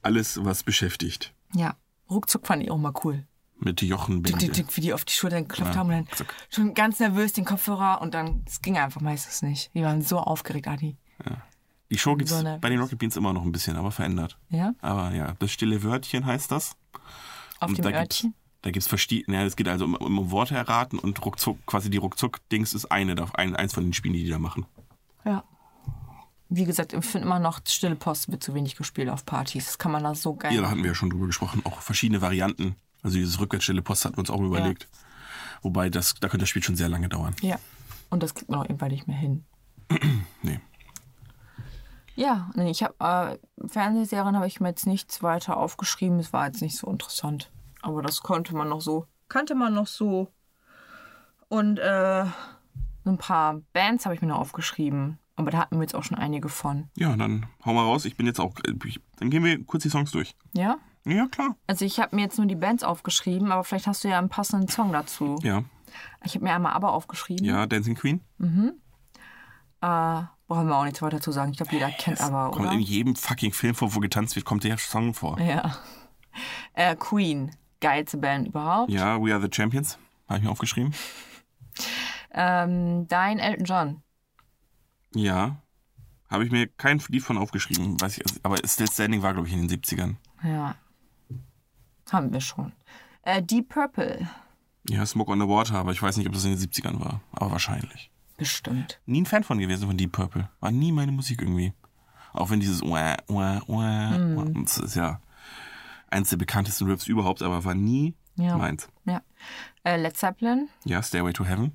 [SPEAKER 1] Alles, was beschäftigt.
[SPEAKER 2] Ja, ruckzuck fand ich auch mal cool.
[SPEAKER 1] Mit Jochen
[SPEAKER 2] Tick, tick,
[SPEAKER 1] Bende.
[SPEAKER 2] tick, wie die auf die Schulter geklopft
[SPEAKER 1] Ja,
[SPEAKER 2] haben und dann
[SPEAKER 1] ruckzuck.
[SPEAKER 2] schon ganz nervös den Kopfhörer und dann, es ging einfach meistens nicht. Die waren so aufgeregt, Adi.
[SPEAKER 1] Die Die Show gibt es
[SPEAKER 2] eine-
[SPEAKER 1] bei den Rocket Beans immer noch ein bisschen, aber verändert.
[SPEAKER 2] Ja?
[SPEAKER 1] Aber ja, das stille Wörtchen heißt das.
[SPEAKER 2] Auf
[SPEAKER 1] Und
[SPEAKER 2] dem
[SPEAKER 1] da gibt's,
[SPEAKER 2] Örtchen.
[SPEAKER 1] da gibt's verschiedene, ja, es geht also um, um Worte erraten und ruckzuck, quasi die Ruckzuck-Dings ist eine, da- ein, eins von den Spielen, die die da machen.
[SPEAKER 2] Ja. Wie gesagt, ich finde immer noch, Stille Post wird zu wenig gespielt auf Partys. Das kann man da so geil.
[SPEAKER 1] Ja, da hatten wir ja schon drüber gesprochen, auch verschiedene Varianten. Also dieses rückwärtsstille Post hatten wir uns auch überlegt. Wobei, das, da könnte das Spiel schon sehr lange dauern.
[SPEAKER 2] Ja. Und das kriegt man auch irgendwann nicht mehr hin.
[SPEAKER 1] Nee.
[SPEAKER 2] Ja, nee, ich habe äh, Fernsehserien habe ich mir jetzt nichts weiter aufgeschrieben. Es war jetzt nicht so interessant. Aber das konnte man noch so, kannte man noch so. Und äh, ein paar Bands habe ich mir noch aufgeschrieben. Aber da hatten wir jetzt auch schon einige von.
[SPEAKER 1] Ja, dann hau mal raus. Ich bin jetzt auch. äh, Ich, dann gehen wir kurz die Songs durch.
[SPEAKER 2] Ja?
[SPEAKER 1] Ja, klar.
[SPEAKER 2] Also ich habe mir jetzt nur die Bands aufgeschrieben, aber vielleicht hast du ja einen passenden Song dazu.
[SPEAKER 1] Ja.
[SPEAKER 2] Ich habe mir einmal Aber aufgeschrieben.
[SPEAKER 1] Ja, Dancing Queen.
[SPEAKER 2] Äh, brauchen wir auch nichts weiter zu sagen. Ich glaube, jeder kennt Aber,
[SPEAKER 1] Kommt
[SPEAKER 2] oder?
[SPEAKER 1] in jedem fucking Film vor, wo getanzt wird, kommt der Song vor.
[SPEAKER 2] Ja. Äh, Queen, geilste Band überhaupt.
[SPEAKER 1] Ja, We Are the Champions. Habe ich mir aufgeschrieben.
[SPEAKER 2] Ähm, dein Elton John.
[SPEAKER 1] Ja. Habe ich mir kein Lied von aufgeschrieben. Weiß ich, aber Still Standing war, glaube ich, in den 70ern.
[SPEAKER 2] Ja. Haben wir schon. Äh, Deep Purple.
[SPEAKER 1] Ja, Smoke on the Water, aber ich weiß nicht, ob das in den 70ern war. Aber wahrscheinlich.
[SPEAKER 2] Bestimmt.
[SPEAKER 1] Nie ein Fan von gewesen von Deep Purple. War nie meine Musik irgendwie. Auch wenn dieses Uah, Uah, Uah, Uah, das ist ja eins der bekanntesten Riffs überhaupt, aber war nie
[SPEAKER 2] Ja.
[SPEAKER 1] meins.
[SPEAKER 2] Ja. Äh, Led Zeppelin.
[SPEAKER 1] Ja, Stairway to Heaven.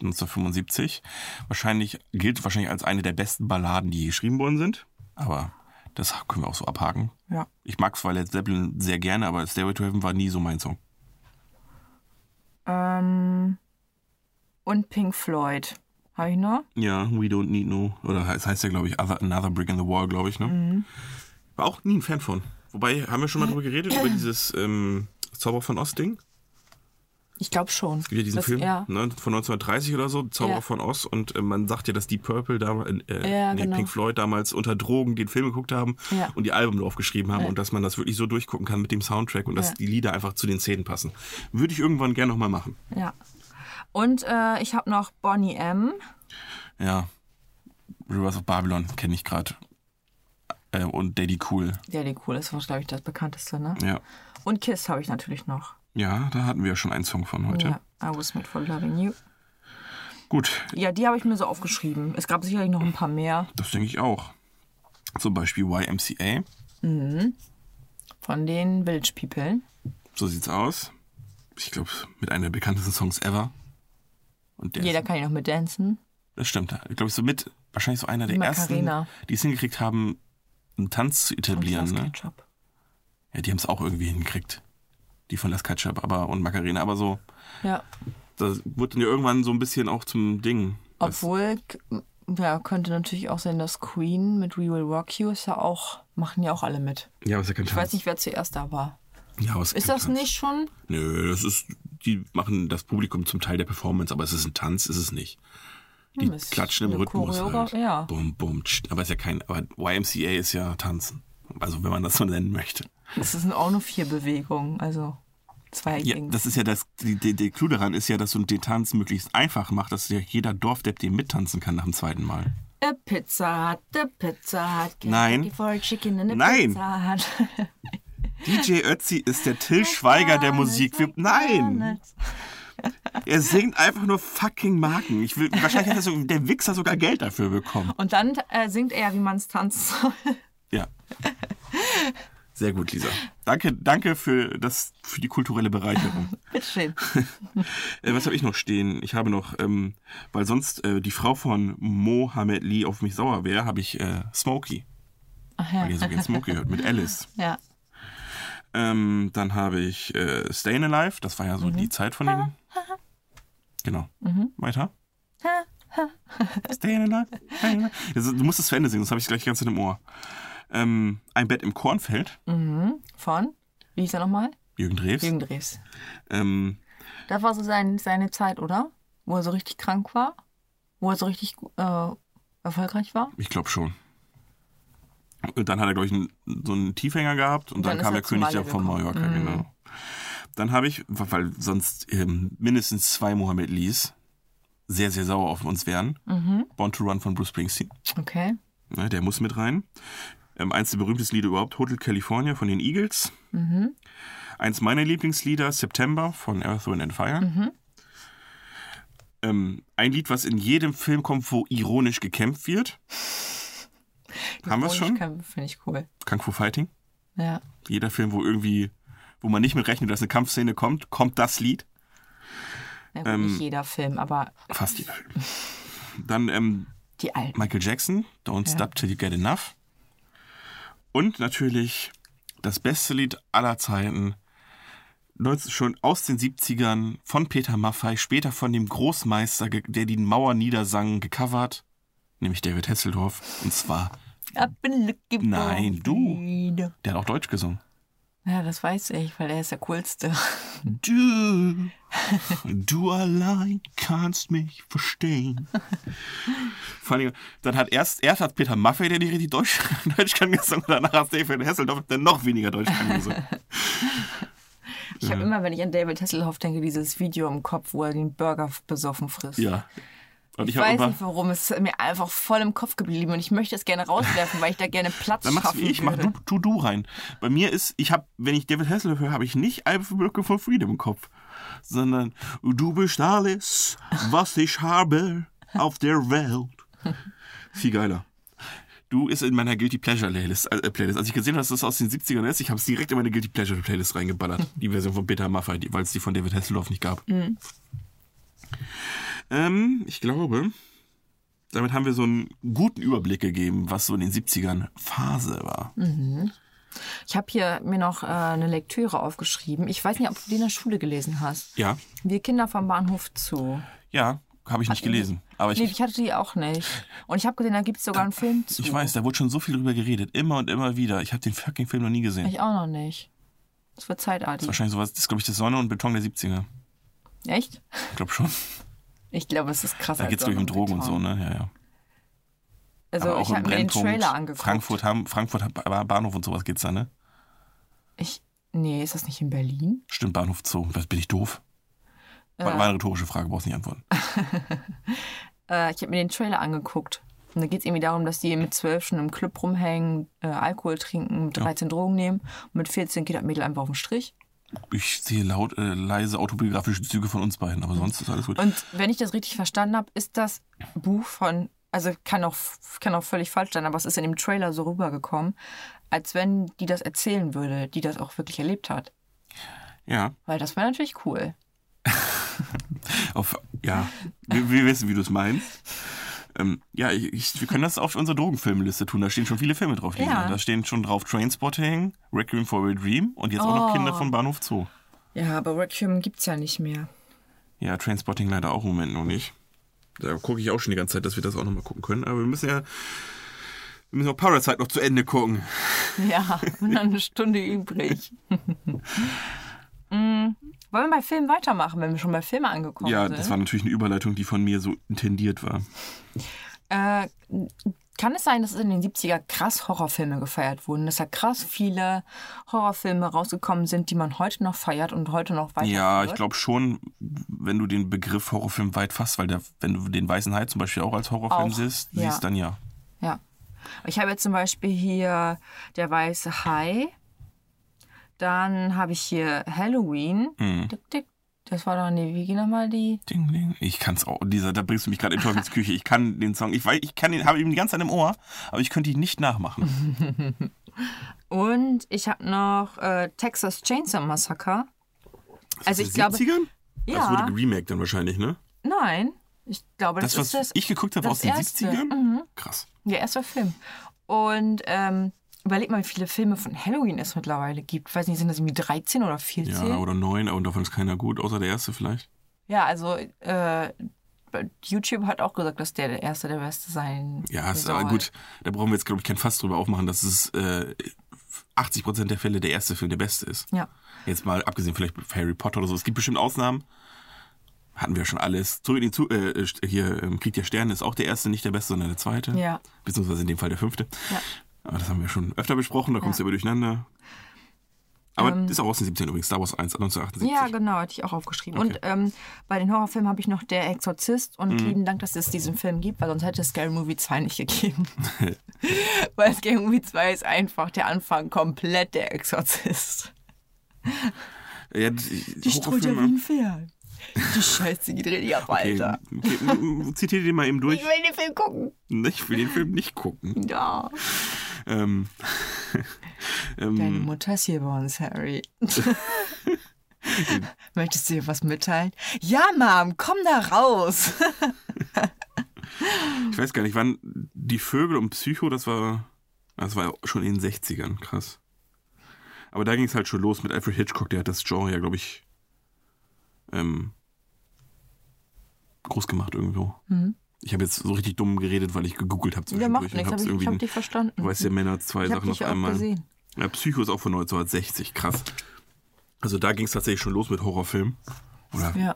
[SPEAKER 1] 1975. Wahrscheinlich gilt wahrscheinlich als eine der besten Balladen, die je geschrieben worden sind. Aber das können wir auch so abhaken.
[SPEAKER 2] Ja.
[SPEAKER 1] Ich mag zwar Led Zeppelin sehr gerne, aber Stairway to Heaven war nie so mein Song.
[SPEAKER 2] Ähm, und Pink Floyd. Habe ich noch?
[SPEAKER 1] Ja, We Don't Need No. Oder es heißt ja, glaube ich, Other, Another Brick in the Wall, glaube ich. Ne? War auch nie ein Fan von. Wobei, haben wir schon mal drüber geredet, über dieses ähm, Zauber von Ost-Ding?
[SPEAKER 2] Ich glaube schon.
[SPEAKER 1] Gibt ja diesen
[SPEAKER 2] Das-
[SPEAKER 1] Film
[SPEAKER 2] Ja.
[SPEAKER 1] ne, von 1930 oder so, Zauber
[SPEAKER 2] Ja.
[SPEAKER 1] von Oz. Und äh, man sagt ja, dass die Purple, damals, äh,
[SPEAKER 2] Ja,
[SPEAKER 1] nee,
[SPEAKER 2] genau.
[SPEAKER 1] Pink Floyd damals unter Drogen den Film geguckt haben
[SPEAKER 2] Ja.
[SPEAKER 1] und die Alben drauf geschrieben haben und dass man das wirklich so durchgucken kann mit dem Soundtrack und dass
[SPEAKER 2] Ja.
[SPEAKER 1] die Lieder einfach zu den Szenen passen. Würde ich irgendwann gerne nochmal machen.
[SPEAKER 2] ja. Und äh, ich habe noch Bonnie M.
[SPEAKER 1] Ja. Rivers of Babylon kenne ich gerade. Äh, und Daddy Cool.
[SPEAKER 2] Ja, die cool ist, glaube ich, das bekannteste, ne?
[SPEAKER 1] Ja.
[SPEAKER 2] Und Kiss habe ich natürlich noch.
[SPEAKER 1] Ja, da hatten wir ja schon einen Song von heute.
[SPEAKER 2] Ja. I was made for loving you.
[SPEAKER 1] Gut,
[SPEAKER 2] Ja, die habe ich mir so aufgeschrieben. Es gab sicherlich noch ein paar mehr.
[SPEAKER 1] das denke ich auch. Zum Beispiel YMCA.
[SPEAKER 2] Von den Village People.
[SPEAKER 1] So sieht's aus. Ich glaube, mit einer der bekanntesten Songs ever. Und der
[SPEAKER 2] Jeder
[SPEAKER 1] ist,
[SPEAKER 2] kann ja noch mit dancen.
[SPEAKER 1] das stimmt. Ich glaube, so mit wahrscheinlich so einer der
[SPEAKER 2] Macarena.
[SPEAKER 1] ersten, die es hingekriegt haben, einen Tanz zu
[SPEAKER 2] Und
[SPEAKER 1] etablieren.
[SPEAKER 2] Sauce
[SPEAKER 1] Ne?
[SPEAKER 2] Ketchup.
[SPEAKER 1] Ja, die haben es auch irgendwie hingekriegt. Die von Las Ketchup aber, und Macarena. Aber so,
[SPEAKER 2] Ja.
[SPEAKER 1] das wurde dann ja irgendwann so ein bisschen auch zum Ding. Das-
[SPEAKER 2] Obwohl, k- ja, könnte natürlich auch sein, dass Queen mit We Will Rock You ist ja auch, machen ja auch alle mit.
[SPEAKER 1] ja, aber es ist ja kein
[SPEAKER 2] Ich weiß
[SPEAKER 1] Tanz.
[SPEAKER 2] nicht, wer zuerst da war.
[SPEAKER 1] Ja, aber es
[SPEAKER 2] Ist
[SPEAKER 1] kein
[SPEAKER 2] das
[SPEAKER 1] Tanz.
[SPEAKER 2] nicht schon?
[SPEAKER 1] Nö, das ist, die machen das Publikum zum Teil der Performance, aber es ist ein Tanz, ist es nicht. Die
[SPEAKER 2] es ist
[SPEAKER 1] klatschen im
[SPEAKER 2] eine
[SPEAKER 1] Rhythmus.
[SPEAKER 2] Choreograf-
[SPEAKER 1] Halt.
[SPEAKER 2] ja.
[SPEAKER 1] Bum, bum, tsch. aber ist ja kein, aber YMCA ist ja Tanzen. Also wenn man das so nennen möchte.
[SPEAKER 2] Es sind auch nur vier Bewegungen, also zwei
[SPEAKER 1] Ja,
[SPEAKER 2] gegen.
[SPEAKER 1] das ist ja das, die, die, der Clou daran ist ja, dass du den Tanz möglichst einfach machst, dass ja jeder Dorfdepp den mittanzen kann nach dem zweiten Mal.
[SPEAKER 2] A Pizza Hut, a Pizza Hut. Kentucky
[SPEAKER 1] Nein.
[SPEAKER 2] Fried Chicken in a
[SPEAKER 1] Nein.
[SPEAKER 2] Pizza Hut.
[SPEAKER 1] <laughs> DJ Ötzi ist der Till Schweiger der Musik.
[SPEAKER 2] <laughs>
[SPEAKER 1] Wir, nein! Er singt einfach nur fucking Marken. Ich will, wahrscheinlich hat er so, der Wichser sogar Geld dafür bekommen.
[SPEAKER 2] Und dann äh, singt er, wie man es tanzt.
[SPEAKER 1] Ja. Sehr gut, Lisa. Danke, danke für, das, für die kulturelle
[SPEAKER 2] <laughs>
[SPEAKER 1] Bereicherung.
[SPEAKER 2] <laughs>
[SPEAKER 1] <laughs>
[SPEAKER 2] Bitteschön.
[SPEAKER 1] Äh, was habe ich noch stehen? Ich habe noch, ähm, weil sonst äh, die Frau von Mohammed Lee auf mich sauer wäre, habe ich äh, Smokey.
[SPEAKER 2] Ach
[SPEAKER 1] Weil ihr
[SPEAKER 2] ja.
[SPEAKER 1] so gern Smokey hört, mit
[SPEAKER 2] <laughs>
[SPEAKER 1] Alice.
[SPEAKER 2] ja.
[SPEAKER 1] Ähm, dann habe ich äh, Stayin' Alive, das war ja
[SPEAKER 2] Mhm.
[SPEAKER 1] so die Zeit von denen. Genau. Weiter. <laughs> Stayin' Alive. Stayin' Alive. Das, ist- du musst es zu Ende singen, sonst habe ich gleich die ganze Zeit im Ohr. Ähm, Ein Bett im Kornfeld,
[SPEAKER 2] Von? Wie hieß er nochmal?
[SPEAKER 1] Jürgen Drews.
[SPEAKER 2] Mhm. Jürgen Drews.
[SPEAKER 1] Ähm,
[SPEAKER 2] Das war so sein, seine Zeit, oder? Wo er so richtig krank war? Wo er so richtig äh, erfolgreich war?
[SPEAKER 1] Ich glaube schon. Und dann hat er, glaube ich, einen- so einen Tiefhänger gehabt und
[SPEAKER 2] Und
[SPEAKER 1] dann,
[SPEAKER 2] dann ist
[SPEAKER 1] kam
[SPEAKER 2] er
[SPEAKER 1] der
[SPEAKER 2] zu
[SPEAKER 1] König
[SPEAKER 2] Malle
[SPEAKER 1] ja von
[SPEAKER 2] gekommen. Mhm.
[SPEAKER 1] Mallorca, genau. Dann habe ich, weil sonst ähm, mindestens zwei Mohammed
[SPEAKER 2] Mhm.
[SPEAKER 1] Lees sehr, sehr sauer auf uns wären. Born to Run von Bruce Springsteen.
[SPEAKER 2] Okay.
[SPEAKER 1] Ja, der muss mit rein. Ähm, eins der berühmtesten Lieder überhaupt, Hotel California von den Eagles.
[SPEAKER 2] Mhm.
[SPEAKER 1] Eins meiner Lieblingslieder, September von Earth, Wind and Fire.
[SPEAKER 2] Mhm.
[SPEAKER 1] Ähm, ein Lied, was in jedem Film kommt, wo ironisch gekämpft wird. Haben wir es schon?
[SPEAKER 2] Finde ich cool.
[SPEAKER 1] Kung Fu Fighting.
[SPEAKER 2] Ja.
[SPEAKER 1] Jeder Film, wo irgendwie, wo man nicht mit rechnet, dass eine Kampfszene kommt, kommt das Lied.
[SPEAKER 2] Na gut,
[SPEAKER 1] Ähm,
[SPEAKER 2] nicht jeder Film, aber
[SPEAKER 1] Fast jeder Film. Dann ähm,
[SPEAKER 2] die alten.
[SPEAKER 1] Michael Jackson, Don't Stop Till You Get Enough. Und natürlich das beste Lied aller Zeiten, 19, schon aus den 70ern von Peter Maffay, später von dem Großmeister, ge- der die Mauer niedersang, gecovert, nämlich David Hasselhoff. Und zwar,
[SPEAKER 2] I've been looking for
[SPEAKER 1] Nein, du.
[SPEAKER 2] freedom.
[SPEAKER 1] der hat auch Deutsch gesungen.
[SPEAKER 2] Ja, das weiß ich, weil er ist der Coolste.
[SPEAKER 1] Du, du allein kannst mich <laughs> verstehen. Vor allem, dann hat erst, erst hat Peter Maffay, der nicht richtig Deutsch, <laughs> Deutsch kann, gesungen, danach hat David Hasselhoff, der noch weniger Deutsch kann, gesungen.
[SPEAKER 2] Ich habe immer, wenn ich an David Hasselhoff denke, dieses Video im Kopf, wo er den Burger besoffen frisst.
[SPEAKER 1] Ja. Und ich,
[SPEAKER 2] Ich
[SPEAKER 1] hab
[SPEAKER 2] weiß
[SPEAKER 1] immer-
[SPEAKER 2] nicht warum, es ist mir einfach voll im Kopf geblieben und ich möchte es gerne rauswerfen, weil ich da gerne Platz
[SPEAKER 1] Dann machst
[SPEAKER 2] schaffen
[SPEAKER 1] du wie ich, mach
[SPEAKER 2] würde.
[SPEAKER 1] du, tu du rein. Bei mir ist, ich habe, wenn ich David Hasselhoff höre, habe ich nicht Alpha Blöcke von Freedom im Kopf, sondern du bist alles, was ich habe auf der Welt. Viel geiler. Du ist in meiner Guilty Pleasure Playlist. Äh, Playlist. Als ich gesehen habe, dass das aus den 70ern ist, ich habe es direkt in meine Guilty Pleasure Playlist reingeballert. Die Version von Peter Maffay, die- weil es die von David Hasselhoff nicht gab. Ähm, ich glaube, damit haben wir so einen guten Überblick gegeben, was so in den 70ern Phase war.
[SPEAKER 2] Ich habe hier mir noch äh, eine Lektüre aufgeschrieben. Ich weiß nicht, ob du die in der Schule gelesen hast.
[SPEAKER 1] Ja,
[SPEAKER 2] Wir Kinder vom Bahnhof zu.
[SPEAKER 1] ja, habe ich nicht gelesen. Aber ich,
[SPEAKER 2] Nee, ich hatte die auch nicht. Und ich habe gesehen, da gibt es sogar einen Film zu.
[SPEAKER 1] ich weiß, da wurde schon so viel drüber geredet. Immer und immer wieder. Ich habe den fucking Film noch nie gesehen.
[SPEAKER 2] Ich auch noch nicht. Es wird zeitartig.
[SPEAKER 1] Wahrscheinlich sowas, das ist, glaube ich, das Sonne und Beton der 70er.
[SPEAKER 2] Echt?
[SPEAKER 1] Ich glaube schon.
[SPEAKER 2] Ich glaube, es ist krass.
[SPEAKER 1] Da geht es, glaube ich, um Drogen und so, ne? Ja, ja.
[SPEAKER 2] Also,
[SPEAKER 1] Aber
[SPEAKER 2] ich
[SPEAKER 1] um
[SPEAKER 2] habe mir den
[SPEAKER 1] Brennpunkt,
[SPEAKER 2] Trailer angeguckt.
[SPEAKER 1] Frankfurt, Ham, Frankfurt Ba- Bahnhof und sowas geht's da, ne?
[SPEAKER 2] Ich, nee, ist das nicht in Berlin?
[SPEAKER 1] Stimmt, Bahnhof Zoo. Was, bin ich doof? War, war eine rhetorische Frage, brauchst nicht
[SPEAKER 2] <laughs>
[SPEAKER 1] antworten.
[SPEAKER 2] Äh, ich habe mir den Trailer angeguckt. Und da geht es irgendwie darum, dass die mit 12 schon im Club rumhängen, äh, Alkohol trinken, mit 13 Drogen nehmen. Und mit 14 geht das Mädel einfach auf den Strich.
[SPEAKER 1] Ich sehe laut, äh, leise autobiografische Züge von uns beiden, aber sonst ist alles gut.
[SPEAKER 2] Und wenn ich das richtig verstanden habe, ist das Buch von, also kann auch, kann auch völlig falsch sein, aber es ist in dem Trailer so rübergekommen, als wenn die das erzählen würde, die das auch wirklich erlebt hat.
[SPEAKER 1] Ja,
[SPEAKER 2] Weil das wäre natürlich cool.
[SPEAKER 1] auf, ja. Wir, wir wissen, wie du es meinst. Ähm, ja, ich, ich, wir können das auf unsere Drogenfilmliste tun. Da stehen schon viele Filme drauf. Lisa.
[SPEAKER 2] Ja.
[SPEAKER 1] Da stehen schon drauf Trainspotting, Requiem for a Dream und jetzt auch noch
[SPEAKER 2] Oh.
[SPEAKER 1] Kinder von Bahnhof Zoo.
[SPEAKER 2] Ja, aber Requiem gibt es ja nicht mehr.
[SPEAKER 1] Ja, Trainspotting leider auch im Moment noch nicht. Da gucke ich auch schon die ganze Zeit, dass wir das auch nochmal gucken können. Aber wir müssen ja. Wir müssen auch Parasite noch zu Ende gucken.
[SPEAKER 2] Ja, <laughs> und dann eine Stunde
[SPEAKER 1] <laughs>
[SPEAKER 2] übrig. mm, wollen wir bei Filmen weitermachen, wenn wir schon bei Filmen angekommen
[SPEAKER 1] Ja,
[SPEAKER 2] sind?
[SPEAKER 1] das war natürlich eine Überleitung, die von mir so intendiert war.
[SPEAKER 2] äh, kann es sein, dass in den 70er krass Horrorfilme gefeiert wurden, dass da krass viele Horrorfilme rausgekommen sind, die man heute noch feiert und heute noch weiter
[SPEAKER 1] Ja, ich glaube schon, wenn du den Begriff Horrorfilm weit fasst, weil der, wenn du den Weißen Hai zum Beispiel auch als Horrorfilm
[SPEAKER 2] Auch,
[SPEAKER 1] siehst,
[SPEAKER 2] ja.
[SPEAKER 1] siehst, dann ja.
[SPEAKER 2] Ja. Ich habe jetzt zum Beispiel hier der weiße Hai. Dann habe ich hier Halloween.
[SPEAKER 1] Mhm.
[SPEAKER 2] Tick, tick. Das war doch, nee, wie ging nochmal die?
[SPEAKER 1] Ding, ding. Ich kann's auch. Dieser, da bringst du mich gerade in Teufels Küche.
[SPEAKER 2] <laughs>
[SPEAKER 1] Ich kann den Song, ich weiß, ich kann den, habe ihn ganz an dem Ohr, aber ich könnte ihn nicht
[SPEAKER 2] Also
[SPEAKER 1] nachmachen.
[SPEAKER 2] Und ich habe noch äh, Texas Chainsaw Massacre. Also ich glaube,
[SPEAKER 1] 70ern? Das wurde
[SPEAKER 2] ja,
[SPEAKER 1] geremaked dann wahrscheinlich, ne?
[SPEAKER 2] nein, ich glaube, das,
[SPEAKER 1] Das, was
[SPEAKER 2] ist das,
[SPEAKER 1] ich geguckt habe
[SPEAKER 2] das
[SPEAKER 1] aus den
[SPEAKER 2] erste. Mhm.
[SPEAKER 1] 70ern? Krass.
[SPEAKER 2] der erste Film. Und ähm, überleg mal, wie viele Filme von Halloween es mittlerweile gibt. Ich weiß nicht, sind das irgendwie 13 oder 14?
[SPEAKER 1] Ja, oder neun, aber davon ist keiner gut, außer der erste vielleicht.
[SPEAKER 2] Ja, also äh, YouTube hat auch gesagt, dass der der Erste der Beste sein
[SPEAKER 1] Ja, ist
[SPEAKER 2] soll.
[SPEAKER 1] aber gut. Da brauchen wir jetzt, glaube ich, kein Fass drüber aufmachen, dass es äh, 80% der Fälle der erste Film der beste ist.
[SPEAKER 2] Ja.
[SPEAKER 1] Jetzt mal abgesehen vielleicht von Harry Potter oder so. Es gibt bestimmt Ausnahmen. Hatten wir schon alles. Zurück in die Zu äh, hier, ähm, Krieg der Sterne ist auch der erste, nicht der beste, sondern der zweite.
[SPEAKER 2] Ja.
[SPEAKER 1] Beziehungsweise in dem Fall der fünfte.
[SPEAKER 2] Ja.
[SPEAKER 1] Aber das haben wir schon öfter besprochen, da kommst du
[SPEAKER 2] Ja. Ähm.
[SPEAKER 1] immer durcheinander. Aber ist auch aus den 17 übrigens, Star Wars 1, 1978.
[SPEAKER 2] Ja, genau, hatte ich auch aufgeschrieben. Und ähm, bei den Horrorfilmen habe ich noch Der Exorzist und
[SPEAKER 1] Mhm.
[SPEAKER 2] lieben Dank, dass es diesen Film gibt, weil sonst hätte es Scary Movie 2 nicht gegeben. <laughs> weil Scary Movie 2 ist einfach der Anfang komplett Der Exorzist.
[SPEAKER 1] Äh, Ja, die,
[SPEAKER 2] Die streut ja wie ein Pferd. Die Scheiße gedreht, ja,
[SPEAKER 1] Okay,
[SPEAKER 2] Alter.
[SPEAKER 1] okay, m- m- zitiere den mal eben durch.
[SPEAKER 2] Ich will den Film gucken.
[SPEAKER 1] Ich will den Film nicht gucken.
[SPEAKER 2] Ja.
[SPEAKER 1] Hm. Ähm, <laughs>
[SPEAKER 2] Deine Mutter ist hier bei
[SPEAKER 1] <laughs>
[SPEAKER 2] uns, Harry. <laughs> Möchtest du ihr was mitteilen? Ja, Mom, komm da raus.
[SPEAKER 1] ich weiß gar nicht, wann die Vögel und Psycho, das war, das war schon in den 60ern, krass. Aber da ging es halt schon los mit Alfred Hitchcock, der hat das Genre ja, glaube ich, ähm, groß gemacht irgendwo. Ich habe jetzt so richtig dumm geredet, weil ich gegoogelt habe
[SPEAKER 2] <laughs> Der Mhm. macht nichts,
[SPEAKER 1] und
[SPEAKER 2] hab
[SPEAKER 1] hab's
[SPEAKER 2] ich, ich
[SPEAKER 1] irgendwie-
[SPEAKER 2] hab dich verstanden.
[SPEAKER 1] Du weißt ja, Männer, zwei
[SPEAKER 2] Ich hab
[SPEAKER 1] Sachen auf
[SPEAKER 2] dich auch
[SPEAKER 1] einmal.
[SPEAKER 2] gesehen.
[SPEAKER 1] Ja, Psycho ist auch von 1960, krass. Also da ging es tatsächlich schon los mit Horrorfilmen. Oder?
[SPEAKER 2] Ja.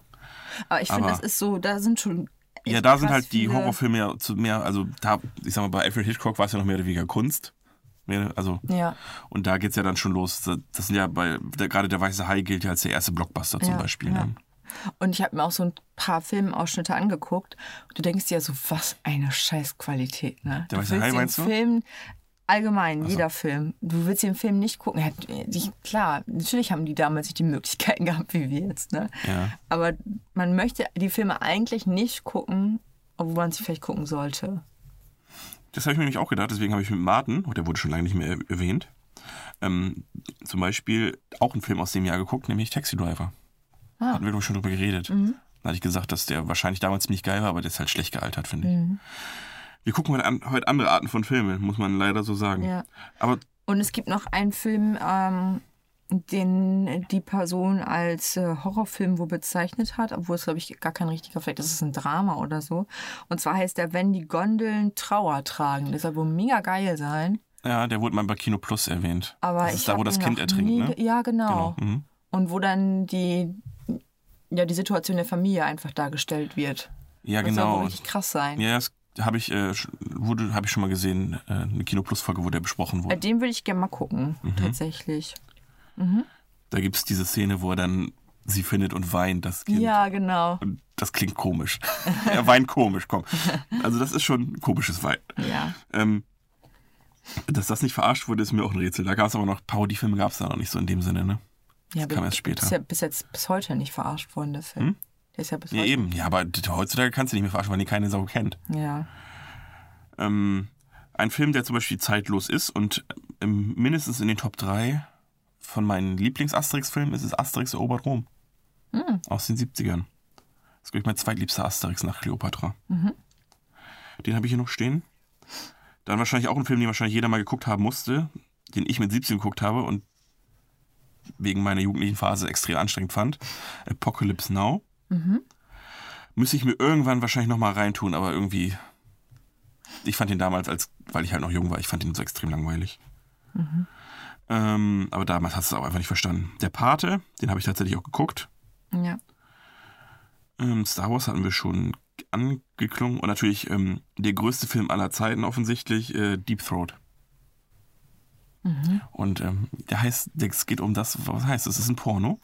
[SPEAKER 2] Aber ich finde,
[SPEAKER 1] Aber-
[SPEAKER 2] das ist so, da sind schon. echt
[SPEAKER 1] Ja, da sind
[SPEAKER 2] krass
[SPEAKER 1] halt die
[SPEAKER 2] viele-
[SPEAKER 1] Horrorfilme ja zu mehr, also da, ich sag mal, bei Alfred Hitchcock war es ja noch mehr oder weniger Kunst. Mehr, also,
[SPEAKER 2] Ja,
[SPEAKER 1] und da geht's ja dann schon los. Das- Das sind ja bei, der, gerade der Weiße Hai gilt ja als der erste Blockbuster zum
[SPEAKER 2] Ja,
[SPEAKER 1] Beispiel.
[SPEAKER 2] ja.
[SPEAKER 1] Ne?
[SPEAKER 2] und ich habe mir auch so ein paar Filmausschnitte angeguckt. Und du denkst dir ja so, was eine Scheißqualität, ne?
[SPEAKER 1] Der
[SPEAKER 2] du
[SPEAKER 1] Weiße
[SPEAKER 2] willst
[SPEAKER 1] Hai,
[SPEAKER 2] den
[SPEAKER 1] meinst du?
[SPEAKER 2] Film, allgemein, jeder Film. Du willst den Film nicht gucken. Ja, die- klar, natürlich haben die damals nicht die Möglichkeiten <laughs> gehabt, wie wir jetzt, ne?
[SPEAKER 1] Ja.
[SPEAKER 2] Aber man möchte die Filme eigentlich nicht gucken, obwohl man sie vielleicht gucken sollte.
[SPEAKER 1] Das habe ich mir nämlich auch gedacht, deswegen habe ich mit Martin, oh, der wurde schon lange nicht mehr er- erwähnt, ähm, zum Beispiel auch einen Film aus dem Jahr geguckt, nämlich Taxi Driver.
[SPEAKER 2] Ah.
[SPEAKER 1] Hatten wir doch schon drüber geredet.
[SPEAKER 2] Mhm.
[SPEAKER 1] Da hatte ich gesagt, dass der wahrscheinlich damals ziemlich geil war, aber der ist halt schlecht gealtert, finde ich.
[SPEAKER 2] Mhm.
[SPEAKER 1] Wir gucken heute, an, heute andere Arten von Filmen, muss man leider so sagen.
[SPEAKER 2] Ja.
[SPEAKER 1] Aber
[SPEAKER 2] Und es gibt noch einen Film, ähm, den die Person als äh, Horrorfilm wo bezeichnet hat, obwohl es, glaube ich, gar kein richtiger, vielleicht ist es ein Drama oder so. Und zwar heißt der Wenn die Gondeln Trauer tragen. Das soll wohl mega geil sein.
[SPEAKER 1] ja, der wurde mal bei Kino Plus erwähnt.
[SPEAKER 2] Aber
[SPEAKER 1] das
[SPEAKER 2] ich
[SPEAKER 1] ist da,
[SPEAKER 2] hab
[SPEAKER 1] wo das
[SPEAKER 2] ihn
[SPEAKER 1] Kind
[SPEAKER 2] noch
[SPEAKER 1] ertrinkt,
[SPEAKER 2] nie
[SPEAKER 1] ne?
[SPEAKER 2] ge- Ja, genau.
[SPEAKER 1] Mhm.
[SPEAKER 2] Und wo dann die, ja, die Situation der Familie einfach dargestellt wird.
[SPEAKER 1] Ja,
[SPEAKER 2] Das soll
[SPEAKER 1] genau.
[SPEAKER 2] wohl richtig krass sein.
[SPEAKER 1] Ja, das habe ich, äh, sch- wurde, hab ich schon mal gesehen, äh, eine Kino Plus-Folge, wo der besprochen
[SPEAKER 2] Äh,
[SPEAKER 1] wurde.
[SPEAKER 2] Den würde ich gerne mal gucken,
[SPEAKER 1] Mhm.
[SPEAKER 2] tatsächlich.
[SPEAKER 1] Da gibt es diese Szene, wo er dann sie findet und weint, das Kind.
[SPEAKER 2] Ja, genau.
[SPEAKER 1] Und das klingt komisch. <laughs> er weint komisch, komm. Also das ist schon ein komisches Weinen.
[SPEAKER 2] Ja.
[SPEAKER 1] Ähm, dass das nicht verarscht wurde, ist mir auch ein Rätsel. Da gab es aber noch Parodiefilme, gab es da noch nicht so in dem Sinne, ne?
[SPEAKER 2] Ja,
[SPEAKER 1] kam erst später. Hm?
[SPEAKER 2] Ist ja bis jetzt bis heute nicht verarscht worden, der Film. Der ist ja bis
[SPEAKER 1] Ja,
[SPEAKER 2] heute.
[SPEAKER 1] eben. Ja, aber d- heutzutage kannst du nicht mehr verarschen, weil die keine Sau kennt.
[SPEAKER 2] Ja.
[SPEAKER 1] Ähm, ein Film, der zum Beispiel zeitlos ist und ähm, mindestens in den Top 3 von meinen Lieblings-Asterix-Filmen ist, ist Asterix erobert Rom. Aus den 70ern. Das ist, glaube ich, mein zweitliebster Asterix nach Cleopatra. Den habe ich hier noch stehen. Dann wahrscheinlich auch ein Film, den wahrscheinlich jeder mal geguckt haben musste, den ich mit 17 geguckt habe und wegen meiner jugendlichen Phase extrem anstrengend fand. Apocalypse Now. Müsste ich mir irgendwann wahrscheinlich nochmal reintun, aber irgendwie. Ich fand ihn damals, als, weil ich halt noch jung war, ich fand ihn so extrem langweilig. Ähm, aber damals hast du es auch einfach nicht verstanden. Der Pate, den habe ich tatsächlich auch geguckt.
[SPEAKER 2] Ja.
[SPEAKER 1] Ähm, Star Wars hatten wir schon angeklungen. Und natürlich ähm, der größte Film aller Zeiten offensichtlich, äh, Deep Throat. Und ähm, der heißt, es geht um das, was heißt, es ist ein Porno.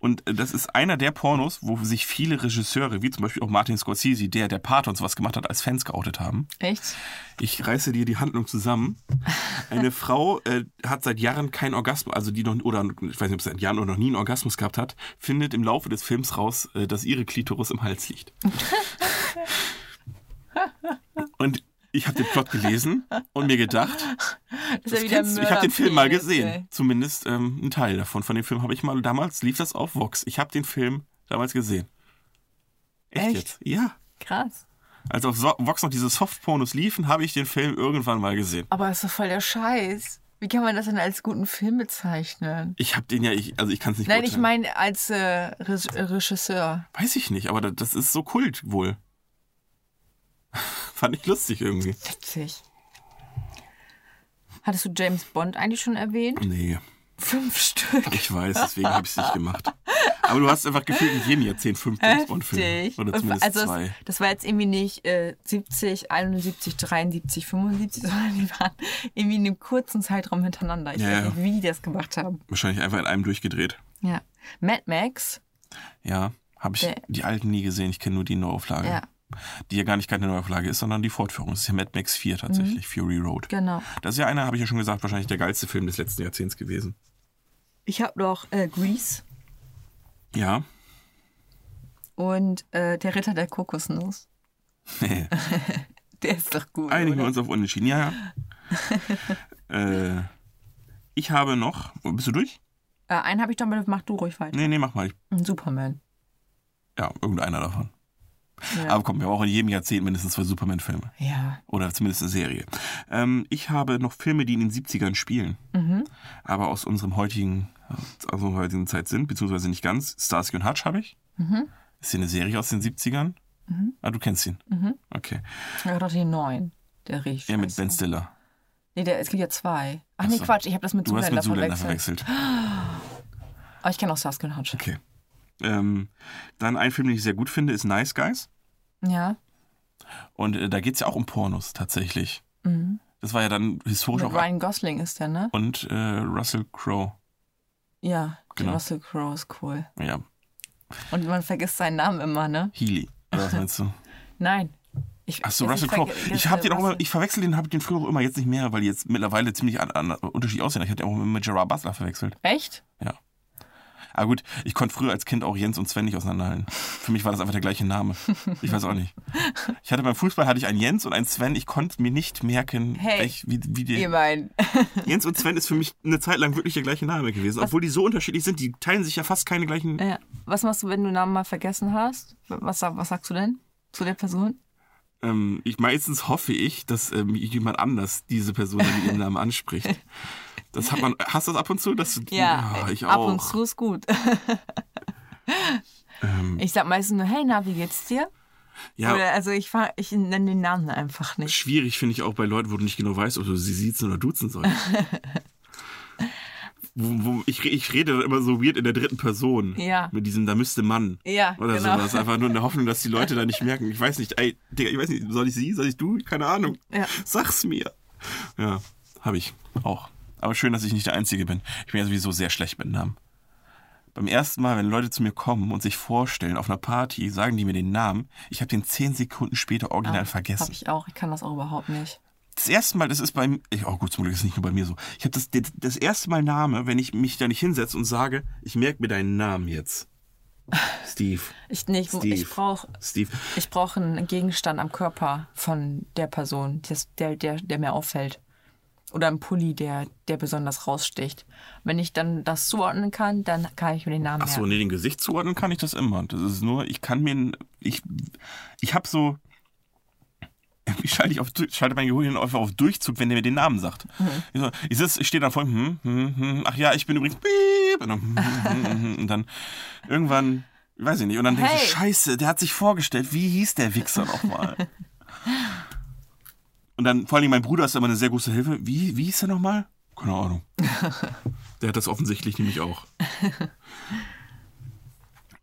[SPEAKER 1] Und äh, das ist einer der Pornos, wo sich viele Regisseure, wie zum Beispiel auch Martin Scorsese, der der Part und sowas gemacht hat, als Fans geoutet haben.
[SPEAKER 2] Echt?
[SPEAKER 1] Ich reiße dir die Handlung zusammen.
[SPEAKER 2] <laughs>
[SPEAKER 1] Eine Frau äh, hat seit Jahren keinen Orgasmus, also die noch, oder ich weiß nicht, ob sie seit Jahren oder noch nie einen Orgasmus gehabt hat, findet im Laufe des Films raus, äh, dass ihre Klitoris im Hals liegt.
[SPEAKER 2] <laughs>
[SPEAKER 1] Und ich habe den Plot gelesen und mir gedacht,
[SPEAKER 2] Das
[SPEAKER 1] das
[SPEAKER 2] ist ja wieder
[SPEAKER 1] kennst du. ich habe den Film mal
[SPEAKER 2] Mörderpenis,
[SPEAKER 1] gesehen.
[SPEAKER 2] ey.
[SPEAKER 1] Zumindest ähm, einen Teil davon. Von dem Film habe ich mal, damals lief das auf Vox. Ich habe den Film damals gesehen.
[SPEAKER 2] Echt?
[SPEAKER 1] jetzt? Ja.
[SPEAKER 2] Krass.
[SPEAKER 1] Als auf So- Vox noch diese Softpornos liefen, habe ich den Film irgendwann mal gesehen.
[SPEAKER 2] Aber das ist doch voll der Scheiß. Wie kann man das denn als guten Film bezeichnen?
[SPEAKER 1] Ich habe den ja, ich, also ich kann es nicht
[SPEAKER 2] Nein, ich
[SPEAKER 1] beurteilen.
[SPEAKER 2] meine als äh, Re Regisseur.
[SPEAKER 1] Weiß ich nicht, aber da- das ist so Kult wohl. <laughs> Fand ich lustig irgendwie.
[SPEAKER 2] Witzig. Hattest du James Bond eigentlich schon erwähnt?
[SPEAKER 1] Nee,
[SPEAKER 2] Fünf Stück.
[SPEAKER 1] ich weiß, deswegen habe ich es nicht gemacht. <laughs> Aber du hast einfach gefühlt in jedem Jahrzehnt fünf James Bond-Filme.
[SPEAKER 2] Heftig.
[SPEAKER 1] Oder
[SPEAKER 2] Und
[SPEAKER 1] zumindest
[SPEAKER 2] also es,
[SPEAKER 1] zwei.
[SPEAKER 2] das war jetzt irgendwie nicht äh, 70, 71, 73, 75, <laughs> sondern die waren irgendwie in einem kurzen Zeitraum hintereinander. Ich
[SPEAKER 1] Ja,
[SPEAKER 2] weiß
[SPEAKER 1] ja.
[SPEAKER 2] nicht, wie die das gemacht haben.
[SPEAKER 1] Wahrscheinlich einfach in einem durchgedreht.
[SPEAKER 2] Ja. Mad Max,
[SPEAKER 1] Ja, habe ich
[SPEAKER 2] Der-
[SPEAKER 1] die alten nie gesehen. Ich kenne nur die Neuauflage.
[SPEAKER 2] Ja.
[SPEAKER 1] Die ja gar nicht keine Neuauflage ist, sondern die Fortführung. Das ist ja Mad Max 4 tatsächlich, Fury Road.
[SPEAKER 2] genau.
[SPEAKER 1] Das ist ja einer, habe ich ja schon gesagt, wahrscheinlich der geilste Film des letzten Jahrzehnts gewesen.
[SPEAKER 2] Ich habe noch äh, Grease
[SPEAKER 1] Ja.
[SPEAKER 2] und äh, Der Ritter der Kokosnuss. Der ist doch gut.
[SPEAKER 1] Einigen wir
[SPEAKER 2] oder?
[SPEAKER 1] uns auf Unentschieden. Ja, ja. äh, ich habe noch. Bist du durch?
[SPEAKER 2] Äh, einen habe ich doch mal, mach du ruhig weiter.
[SPEAKER 1] Nee, nee, mach mal. Ich,
[SPEAKER 2] Ein Superman.
[SPEAKER 1] ja, irgendeiner davon.
[SPEAKER 2] Ja.
[SPEAKER 1] Aber komm, wir brauchen in jedem Jahrzehnt mindestens zwei Superman-Filme.
[SPEAKER 2] Ja.
[SPEAKER 1] Oder zumindest eine Serie. Ähm, ich habe noch Filme, die in den 70ern spielen, aber aus unserem heutigen, aus unserer heutigen Zeit sind, beziehungsweise nicht ganz. Starsky und Hutch habe ich. Ist hier eine Serie aus den 70ern? Ah, du kennst ihn. Okay.
[SPEAKER 2] Ich habe doch den neuen. Der riecht.
[SPEAKER 1] Ja, mit
[SPEAKER 2] scheiße.
[SPEAKER 1] Ben Stiller.
[SPEAKER 2] Nee, der, es gibt ja zwei. Ach nee,
[SPEAKER 1] so.
[SPEAKER 2] Quatsch, ich habe das mit
[SPEAKER 1] Du hast
[SPEAKER 2] Zuländer
[SPEAKER 1] mit Zuländer
[SPEAKER 2] verwechselt.
[SPEAKER 1] verwechselt.
[SPEAKER 2] Aber ich kenne auch Saskia und Hutch.
[SPEAKER 1] Okay. Ähm, dann ein Film, den ich sehr gut finde, ist Nice Guys.
[SPEAKER 2] Ja.
[SPEAKER 1] Und äh, da geht es ja auch um Pornos tatsächlich. Das war ja dann historisch
[SPEAKER 2] Mhm. Mit
[SPEAKER 1] auch.
[SPEAKER 2] Ryan Gosling ist der, ne?
[SPEAKER 1] Und äh, Russell Crowe.
[SPEAKER 2] Ja, der
[SPEAKER 1] Genau.
[SPEAKER 2] Russell Crowe ist cool.
[SPEAKER 1] Ja,
[SPEAKER 2] Und man vergisst seinen Namen immer, ne?
[SPEAKER 1] Healy. Oder was meinst du?
[SPEAKER 2] Nein. Ich,
[SPEAKER 1] Achso,
[SPEAKER 2] also
[SPEAKER 1] Russell
[SPEAKER 2] verge-
[SPEAKER 1] Crowe. Ich hab den auch immer,
[SPEAKER 2] Russell-
[SPEAKER 1] ich verwechsel den, hab den früher auch immer, jetzt nicht mehr, weil die jetzt mittlerweile ziemlich an, an, unterschiedlich aussehen. Ich hatte auch immer mit Gerard Butler verwechselt.
[SPEAKER 2] Echt?
[SPEAKER 1] Ja. Aber gut, ich konnte früher als Kind auch Jens und Sven nicht auseinanderhalten. Für mich war das einfach der gleiche Name. Ich weiß auch nicht. Ich hatte beim Fußball hatte ich einen Jens und einen Sven. Ich konnte mir nicht merken,
[SPEAKER 2] Hey,
[SPEAKER 1] welch, wie, wie die.
[SPEAKER 2] Ich <laughs> mein,
[SPEAKER 1] Jens und Sven ist für mich eine Zeit lang wirklich der gleiche Name gewesen, obwohl die so unterschiedlich sind, die teilen sich ja fast keine gleichen.
[SPEAKER 2] ja. was machst du, wenn du Namen mal vergessen hast? Was, sag- was sagst du denn zu der Person?
[SPEAKER 1] Ähm, ich meistens hoffe ich, dass ähm, jemand anders diese Person dann mit ihrem Namen anspricht. Das hat
[SPEAKER 2] <laughs>
[SPEAKER 1] man. Hast du das ab und zu? Dass du, Ah, ich auch.
[SPEAKER 2] ab und zu
[SPEAKER 1] <laughs>
[SPEAKER 2] ist gut. Ich sag meistens nur, hey, na, wie geht's dir?
[SPEAKER 1] Ähm. Ja,
[SPEAKER 2] Oder also ich, fa- ich nenne den Namen einfach nicht.
[SPEAKER 1] schwierig finde ich auch bei Leuten, wo du nicht genau weißt, ob du sie siezen oder duzen
[SPEAKER 2] <laughs>
[SPEAKER 1] sollst. wo, wo, ich, re- ich rede dann immer so weird in der dritten Person.
[SPEAKER 2] Ja.
[SPEAKER 1] Mit diesem, da müsste Mann.
[SPEAKER 2] Ja,
[SPEAKER 1] Oder
[SPEAKER 2] genau. <laughs>
[SPEAKER 1] sowas. Einfach nur in der Hoffnung, dass die Leute da nicht merken. Ich weiß nicht, ey, Digga, ich weiß nicht, soll ich sie, soll ich du? Keine Ahnung.
[SPEAKER 2] Ja.
[SPEAKER 1] Sag's mir. Ja, habe ich auch. Aber schön, dass ich nicht der Einzige bin. Ich bin ja sowieso sehr schlecht mit Namen. Beim ersten Mal, wenn Leute zu mir kommen und sich vorstellen auf einer Party, sagen die mir den Namen. Ich habe den zehn Sekunden später original vergessen.
[SPEAKER 2] Hab ich auch, ich kann das auch überhaupt nicht.
[SPEAKER 1] Das erste Mal, das ist bei mir, oh gut, zum Glück ist es nicht nur bei mir so. Ich habe das, das, das erste Mal Name, wenn ich mich da nicht hinsetze und sage, ich merke mir deinen Namen jetzt. Steve.
[SPEAKER 2] <laughs> Ich, nee, ich, ich
[SPEAKER 1] Steve.
[SPEAKER 2] brauche
[SPEAKER 1] Steve.
[SPEAKER 2] ich brauch einen Gegenstand am Körper von der Person, das, der, der, der mir auffällt. Oder einen Pulli, der, der besonders raussticht. Wenn ich dann das zuordnen kann, dann kann ich mir den Namen
[SPEAKER 1] Ach so,
[SPEAKER 2] merken.
[SPEAKER 1] nee, den Gesicht zuordnen kann ich das immer. Das ist nur, ich kann mir, ich, ich habe so, <laughs> ich schalte, ich auf, schalte mein Gehirn einfach auf Durchzug, wenn der mir den Namen sagt. Ich, so, ich, sitz, ich stehe dann vor ihm, hm, hm, hm, ach ja, ich bin übrigens, piep, und dann, hm, hm, hm, hm, und dann irgendwann, ich weiß ich nicht, und dann denke
[SPEAKER 2] Hey.
[SPEAKER 1] ich, so, scheiße, der hat sich vorgestellt, wie hieß der Wichser nochmal? und dann, vor allem mein Bruder ist immer eine sehr große Hilfe, wie, wie hieß der nochmal? Keine Ahnung. Der hat das offensichtlich nämlich auch.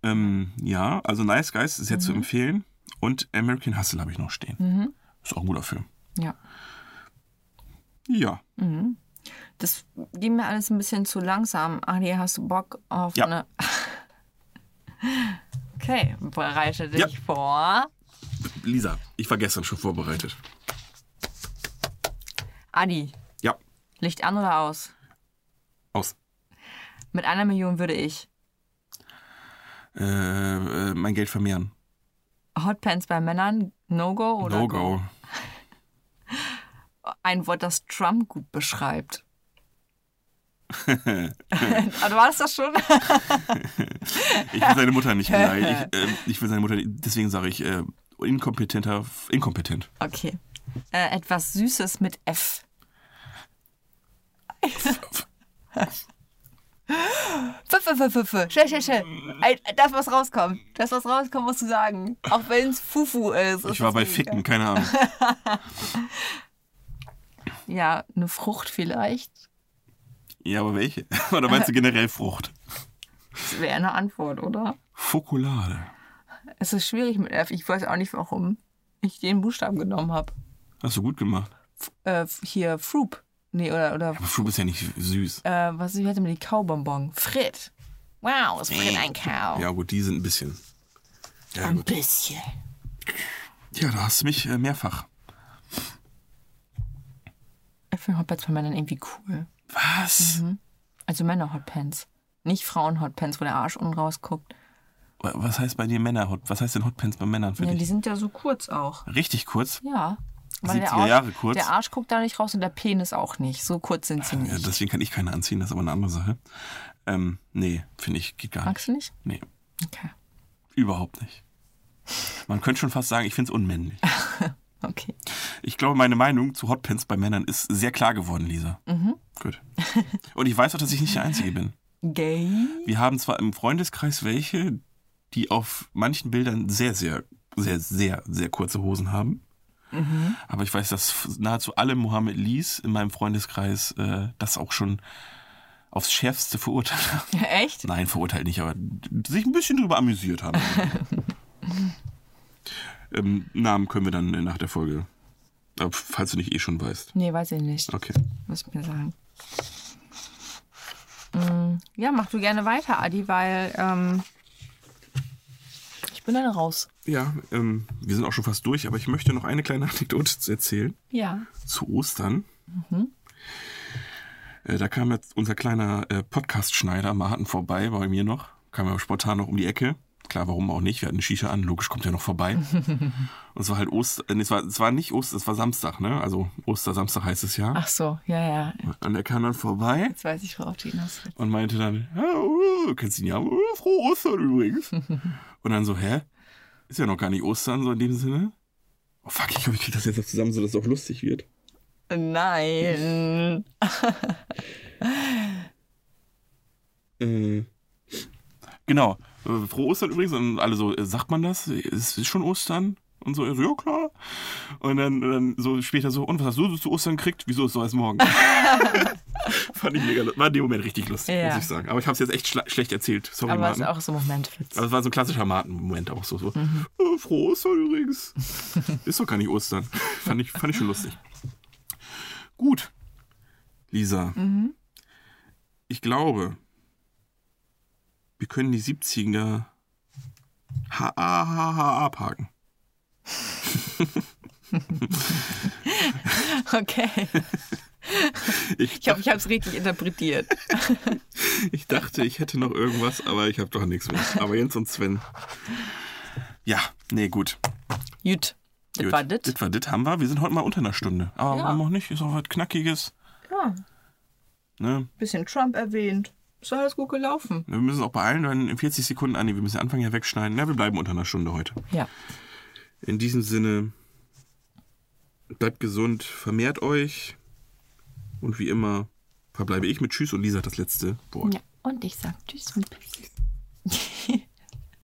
[SPEAKER 1] Ähm, ja, also Nice Guys ist jetzt zu empfehlen. Und American Hustle habe ich noch stehen. Ist auch ein guter Film.
[SPEAKER 2] Ja.
[SPEAKER 1] Ja.
[SPEAKER 2] Das ging mir alles ein bisschen zu langsam. Adi, hast du Bock auf
[SPEAKER 1] Ja.
[SPEAKER 2] eine. <laughs> Okay, bereite dich
[SPEAKER 1] Ja.
[SPEAKER 2] vor.
[SPEAKER 1] Lisa, ich war gestern schon vorbereitet.
[SPEAKER 2] Adi,
[SPEAKER 1] Ja,
[SPEAKER 2] Licht an oder aus?
[SPEAKER 1] aus.
[SPEAKER 2] Mit einer Million würde ich
[SPEAKER 1] Äh, äh, mein Geld vermehren.
[SPEAKER 2] Hotpants bei Männern No-Go oder
[SPEAKER 1] No-Go.
[SPEAKER 2] ein Wort, das Trump gut beschreibt. Aber war das das schon?
[SPEAKER 1] Ich will seine Mutter nicht
[SPEAKER 2] <laughs>
[SPEAKER 1] beleidigen. Ich, äh, ich will seine Mutter, nicht- deswegen sage ich äh, inkompetenter, inkompetent.
[SPEAKER 2] Okay. Äh, etwas Süßes mit F. Pfiffe, pfiffe, pfiffe. Schnell, schnell, schnell. Ein- Das, was rauskommt. Das, was rauskommt, musst du sagen. Auch wenn es Fufu ist. ist
[SPEAKER 1] Ich war
[SPEAKER 2] das
[SPEAKER 1] bei
[SPEAKER 2] mir
[SPEAKER 1] Ficken, keine Ahnung.
[SPEAKER 2] egal. Ja, eine Frucht vielleicht.
[SPEAKER 1] <laughs> Ja, aber welche? Oder meinst du generell Frucht?
[SPEAKER 2] Das wäre eine Antwort, oder?
[SPEAKER 1] Fokulade.
[SPEAKER 2] Es ist schwierig mit F. Ich weiß auch nicht, warum ich den Buchstaben genommen habe.
[SPEAKER 1] Hast du gut gemacht.
[SPEAKER 2] F- Äh, f- hier, Froop. Nee, oder, oder
[SPEAKER 1] Aber Fruit ist ja nicht süß.
[SPEAKER 2] äh, was ich hatte mit die Kaubonbon. Frit. Wow, ist Frit ein Kau.
[SPEAKER 1] Ja, gut, die sind ein bisschen. Ja,
[SPEAKER 2] Ein
[SPEAKER 1] gut.
[SPEAKER 2] bisschen.
[SPEAKER 1] Ja, du hast mich äh, mehrfach.
[SPEAKER 2] Ich finde Hotpants bei Männern irgendwie cool.
[SPEAKER 1] Was?
[SPEAKER 2] Also Männer-Hotpants. Nicht Frauen-Hotpants, wo der Arsch unten rausguckt.
[SPEAKER 1] Wa- Was heißt bei dir Männer? Hot- Was heißt denn Hotpants bei Männern für
[SPEAKER 2] Ja, die
[SPEAKER 1] dich?
[SPEAKER 2] sind ja so kurz auch.
[SPEAKER 1] Richtig kurz.
[SPEAKER 2] Ja. Weil der
[SPEAKER 1] 70er Jahre
[SPEAKER 2] Arsch-
[SPEAKER 1] kurz.
[SPEAKER 2] Der Arsch guckt da nicht raus und der Penis auch nicht. So kurz sind sie
[SPEAKER 1] Ja,
[SPEAKER 2] nicht.
[SPEAKER 1] deswegen kann ich keine anziehen, das ist aber eine andere Sache. Ähm, nee, finde ich, geht gar nicht.
[SPEAKER 2] Magst du nicht?
[SPEAKER 1] Nee,
[SPEAKER 2] Okay.
[SPEAKER 1] überhaupt nicht. Man könnte schon fast sagen, ich finde es unmännlich.
[SPEAKER 2] Okay.
[SPEAKER 1] Ich glaube, meine Meinung zu Hotpants bei Männern ist sehr klar geworden, Lisa. Mhm. Gut. Und ich weiß auch, dass ich nicht der Einzige bin.
[SPEAKER 2] Gay? <laughs>
[SPEAKER 1] Wir haben zwar im Freundeskreis welche, die auf manchen Bildern sehr, sehr, sehr, sehr, sehr kurze Hosen haben. Aber ich weiß, dass f- nahezu alle Mohammed Lees in meinem Freundeskreis äh, das auch schon aufs Schärfste verurteilt haben.
[SPEAKER 2] Echt?
[SPEAKER 1] Nein, verurteilt nicht, aber d- sich ein bisschen drüber amüsiert <laughs> haben. ähm, Namen können wir dann äh, nach der Folge, äh, falls du nicht eh schon weißt.
[SPEAKER 2] Nee, weiß ich nicht.
[SPEAKER 1] Okay.
[SPEAKER 2] Muss ich mir sagen. Mm, Ja, mach du gerne weiter, Adi, weil ähm, ich bin dann raus.
[SPEAKER 1] Ja, ähm, wir sind auch schon fast durch, aber ich möchte noch eine kleine Anekdote zu erzählen.
[SPEAKER 2] Ja.
[SPEAKER 1] zu Ostern. Äh, Da kam jetzt unser kleiner äh, Podcast-Schneider Martin vorbei, bei mir noch. Kam ja spontan noch um die Ecke. Klar, warum auch nicht? Wir hatten eine Shisha an, logisch kommt er noch vorbei. Und es war halt Oster, nee, es war, es war nicht Oster, es war Samstag, ne? Also Ostersamstag heißt es ja.
[SPEAKER 2] Ach so, ja, ja.
[SPEAKER 1] Und er kam dann vorbei
[SPEAKER 2] Jetzt weiß ich, worauf du hinaus willst.
[SPEAKER 1] und meinte dann, ja, uh, kennst ihn ja, uh, frohe Ostern übrigens. und dann so, hä? Ist ja noch gar nicht Ostern, so in dem Sinne. Oh fuck, ich glaube, ich kriege das jetzt noch zusammen, sodass es auch lustig wird.
[SPEAKER 2] Nein.
[SPEAKER 1] Äh, Genau. Äh, Frohe Ostern übrigens. Und alle so, äh, sagt man das? Es ist schon Ostern? Und so, er so, ja klar. Und dann, und dann so später so, und was hast du so zu Ostern gekriegt? Wieso ist so erst morgen? Fand ich mega, lu- war in dem Moment richtig lustig,
[SPEAKER 2] Ja.
[SPEAKER 1] muss ich sagen. Aber ich habe es jetzt echt schla- schlecht erzählt. Sorry,
[SPEAKER 2] Aber es
[SPEAKER 1] Martin.
[SPEAKER 2] ist auch so ein Momentwitz.
[SPEAKER 1] Aber Also, es war so ein klassischer Martin-Moment auch so. so äh, Frohe Ostern übrigens. ist doch gar nicht Ostern. fand, ich, fand ich schon lustig. Gut, Lisa. Ich glaube, wir können die 70er ha ha ha ha abhaken.
[SPEAKER 2] <laughs> Okay. Ich glaube, ich habe es richtig interpretiert.
[SPEAKER 1] Ich dachte, ich hätte noch irgendwas, aber ich habe doch nichts mehr. Aber Jens und Sven. Ja, nee, gut.
[SPEAKER 2] Gut. Das
[SPEAKER 1] Gut.
[SPEAKER 2] war das.
[SPEAKER 1] Das war das, haben wir. Wir sind heute mal unter einer Stunde. Aber
[SPEAKER 2] Ja.
[SPEAKER 1] warum auch nicht? Ist auch was Knackiges.
[SPEAKER 2] Ja.
[SPEAKER 1] Ne?
[SPEAKER 2] Bisschen Trump erwähnt. Ist alles gut gelaufen.
[SPEAKER 1] Wir müssen auch beeilen, weil in 40 Sekunden, ah nee, wir müssen den Anfang ja wegschneiden. Na, wir bleiben unter einer Stunde heute.
[SPEAKER 2] Ja.
[SPEAKER 1] In diesem Sinne, bleibt gesund, vermehrt euch. Und wie immer verbleibe ich mit Tschüss und Lisa hat das letzte Wort.
[SPEAKER 2] ja. Und ich sag Tschüss und Bis.